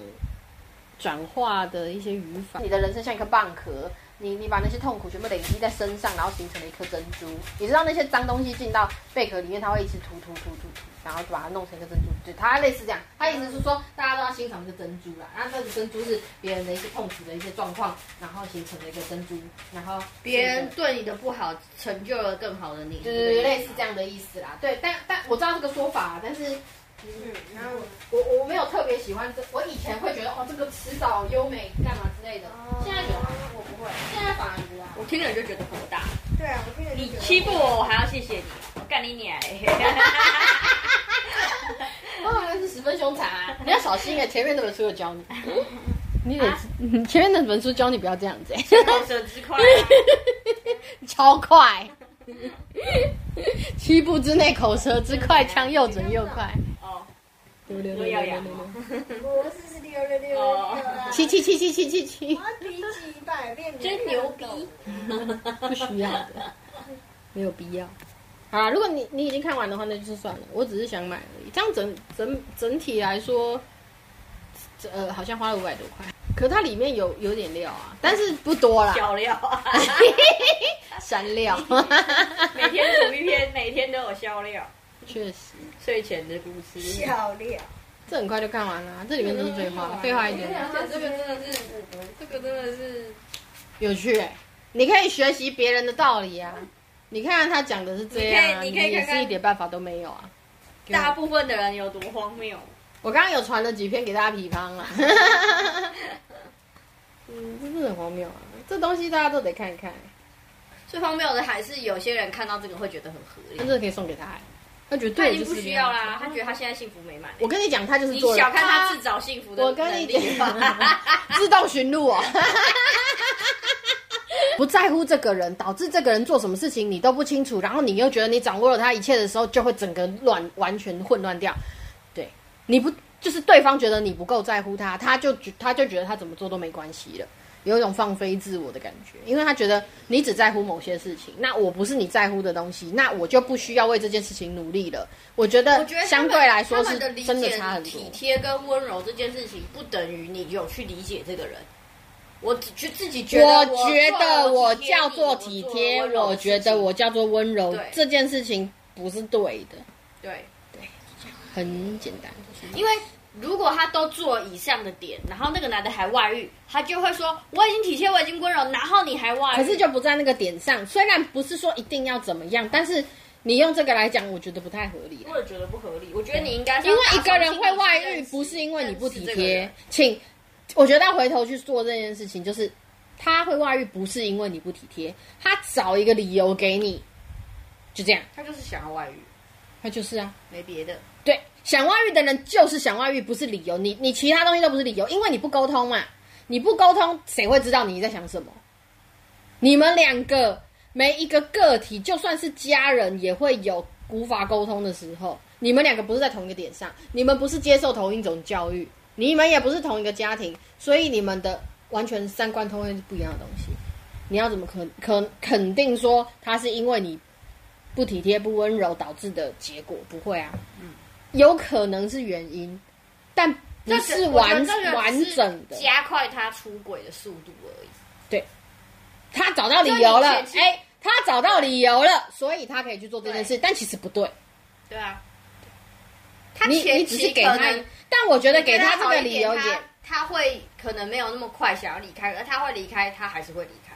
Speaker 1: 转化的一些语法。你的人生像一颗蚌壳，你你把那些痛苦全部累积在身上，然后形成了一颗珍珠。你知道那些脏东西进到贝壳里面，它会一直突突突突突，然后就把它弄成一个珍珠。对，它类似这样。它意思是说，大家都要欣赏一个珍珠啦。然后这个珍珠是别人的一些痛苦的一些状况，然后形成了一个珍珠，然后
Speaker 3: 别人对你的不好，成就了更好的你，
Speaker 1: 就是类似这样的意思啦。对，但但我知道这个说法，但是
Speaker 4: 嗯，
Speaker 1: 然后我我我没有特别喜欢这，我以前会觉得哦这个词藻优美干嘛之类的，现在有吗？
Speaker 4: 我不会。
Speaker 1: 现在反而觉得啊
Speaker 4: 我听了就觉得火大，
Speaker 2: 对啊，我听
Speaker 4: 你欺负我，我还要谢谢你，我干你娘欸 嘞！
Speaker 1: 当然是十分凶残啊，你要小心哎、前面那本书有教你。你得，你前面那本书教你不要这样子、欸，
Speaker 4: 口舌之快啊，
Speaker 1: 超快，七步之内口舌之快，枪又准又快，
Speaker 4: 哦，
Speaker 1: 溜溜
Speaker 4: 我
Speaker 1: 溜
Speaker 4: 也
Speaker 1: 溜
Speaker 4: 要
Speaker 1: 溜
Speaker 4: 养
Speaker 1: 溜
Speaker 4: 哦，
Speaker 2: 我四十六六六
Speaker 4: 哦
Speaker 2: 六啊，
Speaker 1: 七七七七七七七
Speaker 2: 我，要比几百遍，
Speaker 4: 真牛逼！
Speaker 1: 不需要的，没有必要。好啦，如果你你已经看完的话，那就是算了。我只是想买而已。这样整整整体来说，这呃，好像花了五百多块。可它里面有有点料啊，但是不多 啦，
Speaker 4: 小料 啊，
Speaker 1: 山料。
Speaker 4: 每天读一篇，每天都有笑料。
Speaker 1: 确实，
Speaker 4: 睡前的故事，
Speaker 2: 漂亮。
Speaker 1: 这很快就看完了，这里面都是废
Speaker 4: 嗯
Speaker 1: 话，废话一点，
Speaker 4: 这个真的是，这个真的是，
Speaker 1: 有趣欸、你可以学习别人的道理啊。你看看他讲的是这样、啊，
Speaker 4: 你可以你可以
Speaker 1: 也
Speaker 4: 看看
Speaker 1: 是一点办法都没有啊。
Speaker 4: 大部分的人有多荒谬。
Speaker 1: 我刚刚有传了几篇给大家比 方了。嗯，这真的很荒谬啊！这东西大家都得看一看，
Speaker 3: 最荒谬的还是有些人看到这个会觉得很合
Speaker 1: 那
Speaker 3: 理，
Speaker 1: 这可以送给他、欸，他觉得
Speaker 4: 他
Speaker 1: 对
Speaker 4: 已经
Speaker 1: 就
Speaker 4: 不
Speaker 1: 是这
Speaker 4: 需
Speaker 1: 样
Speaker 4: 要。啦，他觉得他现在幸福美满。
Speaker 1: 我跟你讲，他就是
Speaker 4: 你
Speaker 1: 做了
Speaker 4: 小看他自找幸福的
Speaker 1: 啊我跟你
Speaker 4: 能力吧
Speaker 1: 自动寻路哦。 不在乎这个人，导致这个人做什么事情你都不清楚，然后你又觉得你掌握了他一切的时候，就会整个乱完全混乱掉。对，你不就是对方觉得你不够在乎他，他就觉他就觉得他怎么做都没关系了，有一种放飞自我的感觉，因为他觉得你只在乎某些事情，那我不是你在乎的东西，那我就不需要为这件事情努力了。我觉
Speaker 3: 我
Speaker 1: 得
Speaker 3: 觉得他们
Speaker 1: 呃相对来说
Speaker 3: 他
Speaker 1: 是
Speaker 3: 们的理
Speaker 1: 真的
Speaker 3: 解
Speaker 1: 差很多。
Speaker 3: 体贴跟温柔这件事情，不等于你有去理解这个人。我只觉自己觉得
Speaker 1: 我
Speaker 3: 我啊
Speaker 1: 觉得我
Speaker 3: 我
Speaker 1: 叫做体贴，我觉得我叫做温柔
Speaker 3: 对，
Speaker 1: 这件事情不是对的，
Speaker 3: 对，
Speaker 1: 很简单。
Speaker 3: 因为如果他都做以上的点，然后那个男的还外遇，他就会说我已经体贴，我已经温柔，然后你还外遇，
Speaker 1: 可是就不在那个点上，虽然不是说一定要怎么样，但是你用这个来讲，我觉得不太合理啊。
Speaker 4: 我也觉得不合理，我觉
Speaker 3: 觉
Speaker 4: 得
Speaker 3: 得
Speaker 4: 你
Speaker 3: 你应该是
Speaker 1: 因
Speaker 3: 要
Speaker 1: 为
Speaker 3: 打
Speaker 1: 一
Speaker 3: 从
Speaker 1: 个人
Speaker 3: 心
Speaker 1: 会
Speaker 3: 里
Speaker 1: 外
Speaker 3: 去
Speaker 1: 遇，
Speaker 3: 认识
Speaker 1: 不是因为你不体
Speaker 3: 认识这个
Speaker 1: 贴
Speaker 3: 人，
Speaker 1: 请，我觉得要回头去做这件事情，就是他会外遇，不是因为你不体贴，他找一个理由给你，就这样，
Speaker 3: 他就是想要外遇，
Speaker 1: 他就是啊。
Speaker 3: 没别的。
Speaker 1: 对，想外遇的人就是想外遇，不是理由。你你其他东西都不是理由，因为你不沟通嘛。你不沟通，谁会知道你在想什么？你们两个每一个个体，就算是家人，也会有无法沟通的时候。你们两个不是在同一个点上，你们不是接受同一种教育，你们也不是同一个家庭，所以你们的完全三观通会是不一样的东西。你要怎么肯肯肯定说他是因为你不体贴、不
Speaker 3: 嗯
Speaker 1: 温柔导致的结果？不会啊，有可能是原因，但不
Speaker 3: 这
Speaker 1: 是
Speaker 3: 只
Speaker 1: 完
Speaker 3: 我觉得这个
Speaker 1: 完
Speaker 3: 只是
Speaker 1: 整的。
Speaker 3: 加快他出轨的速度而已。
Speaker 1: 他找到理由了，
Speaker 3: 就你前期
Speaker 1: 哎、他找到理由了，所以他可以去做这件事，但其实不对。
Speaker 3: 对啊，他
Speaker 1: 你
Speaker 3: 前
Speaker 1: 你只是
Speaker 3: 期
Speaker 1: 给
Speaker 3: 可
Speaker 1: 他
Speaker 3: 能，
Speaker 1: 但我觉得给
Speaker 3: 他
Speaker 1: 这个理由也
Speaker 3: 他他会可能没有那么快想要离开，而他会离开，他还是会离开。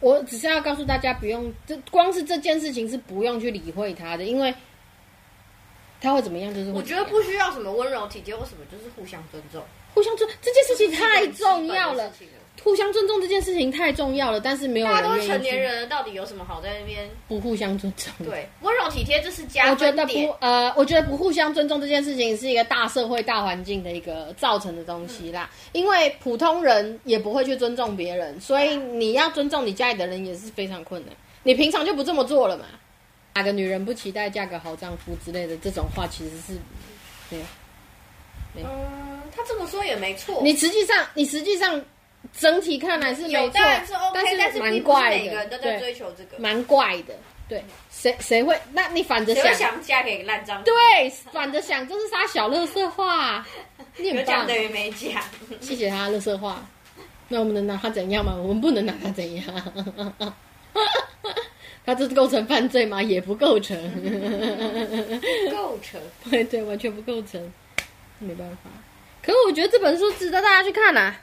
Speaker 1: 我只是要告诉大家，不用这光是这件事情是不用去理会他的，因为他会怎么样就是会
Speaker 3: 我觉得
Speaker 1: 怎么样
Speaker 3: 不需要什么温柔体贴或什么，就是互相尊重，
Speaker 1: 互相尊这件事情太
Speaker 3: 这是一个很
Speaker 1: 重要
Speaker 3: 基本的
Speaker 1: 了
Speaker 3: 事，情了。
Speaker 1: 互相尊重这件事情太重要了，但是没有
Speaker 3: 大家都
Speaker 1: 人
Speaker 3: 是成
Speaker 1: 愿意
Speaker 3: 年
Speaker 1: 去
Speaker 3: 人了，到底有什么好在那边？
Speaker 1: 不互相尊重。，
Speaker 3: 对，温柔体贴这是加
Speaker 1: 我觉
Speaker 3: 分
Speaker 1: 得
Speaker 3: 点
Speaker 1: 不。呃，我觉得不互相尊重这件事情是一个大社会大环境的一个造成的东西啦，因为普通人也不会去尊重别人，所以你要尊重你家里的人也是非常困难。你平常就不这么做了嘛？哪个女人不期待嫁个好丈夫之类的这种话，其实是
Speaker 3: 嗯，他这么说也没错。
Speaker 1: 你实际上你实际上整体看来是没
Speaker 3: 有
Speaker 1: 错
Speaker 3: 当然是 OK，
Speaker 1: 但是
Speaker 3: 但是
Speaker 1: 蛮
Speaker 3: 并不是
Speaker 1: 怪
Speaker 3: 每个
Speaker 1: 的
Speaker 3: 人都，在
Speaker 1: 对，
Speaker 3: 追求这个。
Speaker 1: 蛮怪的，对，谁谁会？那你反着
Speaker 3: 谁会想嫁给烂丈夫？
Speaker 1: 对，反着想，这是啥小乐色话？你
Speaker 3: 有
Speaker 1: 很
Speaker 3: 讲
Speaker 1: 棒
Speaker 3: 等，于没 讲。
Speaker 1: 谢谢他乐色话。那我们能拿他怎样吗？我们不能拿他怎样。 他这构成犯罪吗？也不构成。
Speaker 3: 构成。
Speaker 1: 对对，完全不构成，没办法。可是我觉得这本书值得大家去看啊，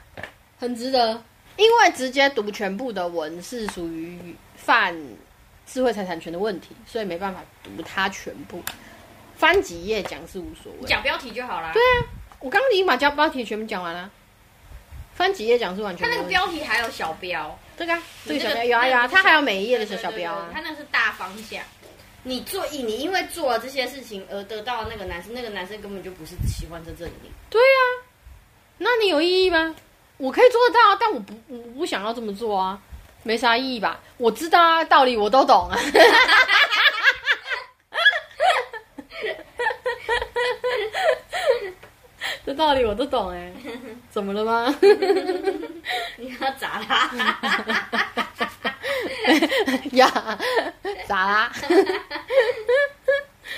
Speaker 1: 很值得，因为直接读全部的文是属于犯智慧财产权的问题，所以没办法读它全部。翻几页讲是无所谓。
Speaker 3: 讲标题就好啦。
Speaker 1: 对，啊，我刚刚已经把教标题全部讲完了，翻几页讲是完全
Speaker 3: 他
Speaker 1: 没
Speaker 3: 那
Speaker 1: 问题。
Speaker 3: 个标题还有小标，
Speaker 1: 这个、啊、这个
Speaker 3: 你
Speaker 1: 小
Speaker 3: 那
Speaker 1: 标
Speaker 3: 个
Speaker 1: 有啊有啊，
Speaker 3: 那个
Speaker 1: 它还有每一
Speaker 3: 一
Speaker 1: 页的小小标啊。
Speaker 3: 他那个是大方向。你做你因为做了这些事情而得到那个男生，那个男生根本就不是喜欢真正的你。
Speaker 1: 对啊，那你有意义吗？我可以做得到，但我不我我不想要这么做啊，没啥意义吧？我知道啊，道理我都懂啊。这道理我都懂哎、怎么了吗？
Speaker 3: 你要砸他，
Speaker 1: 呀，咋啦？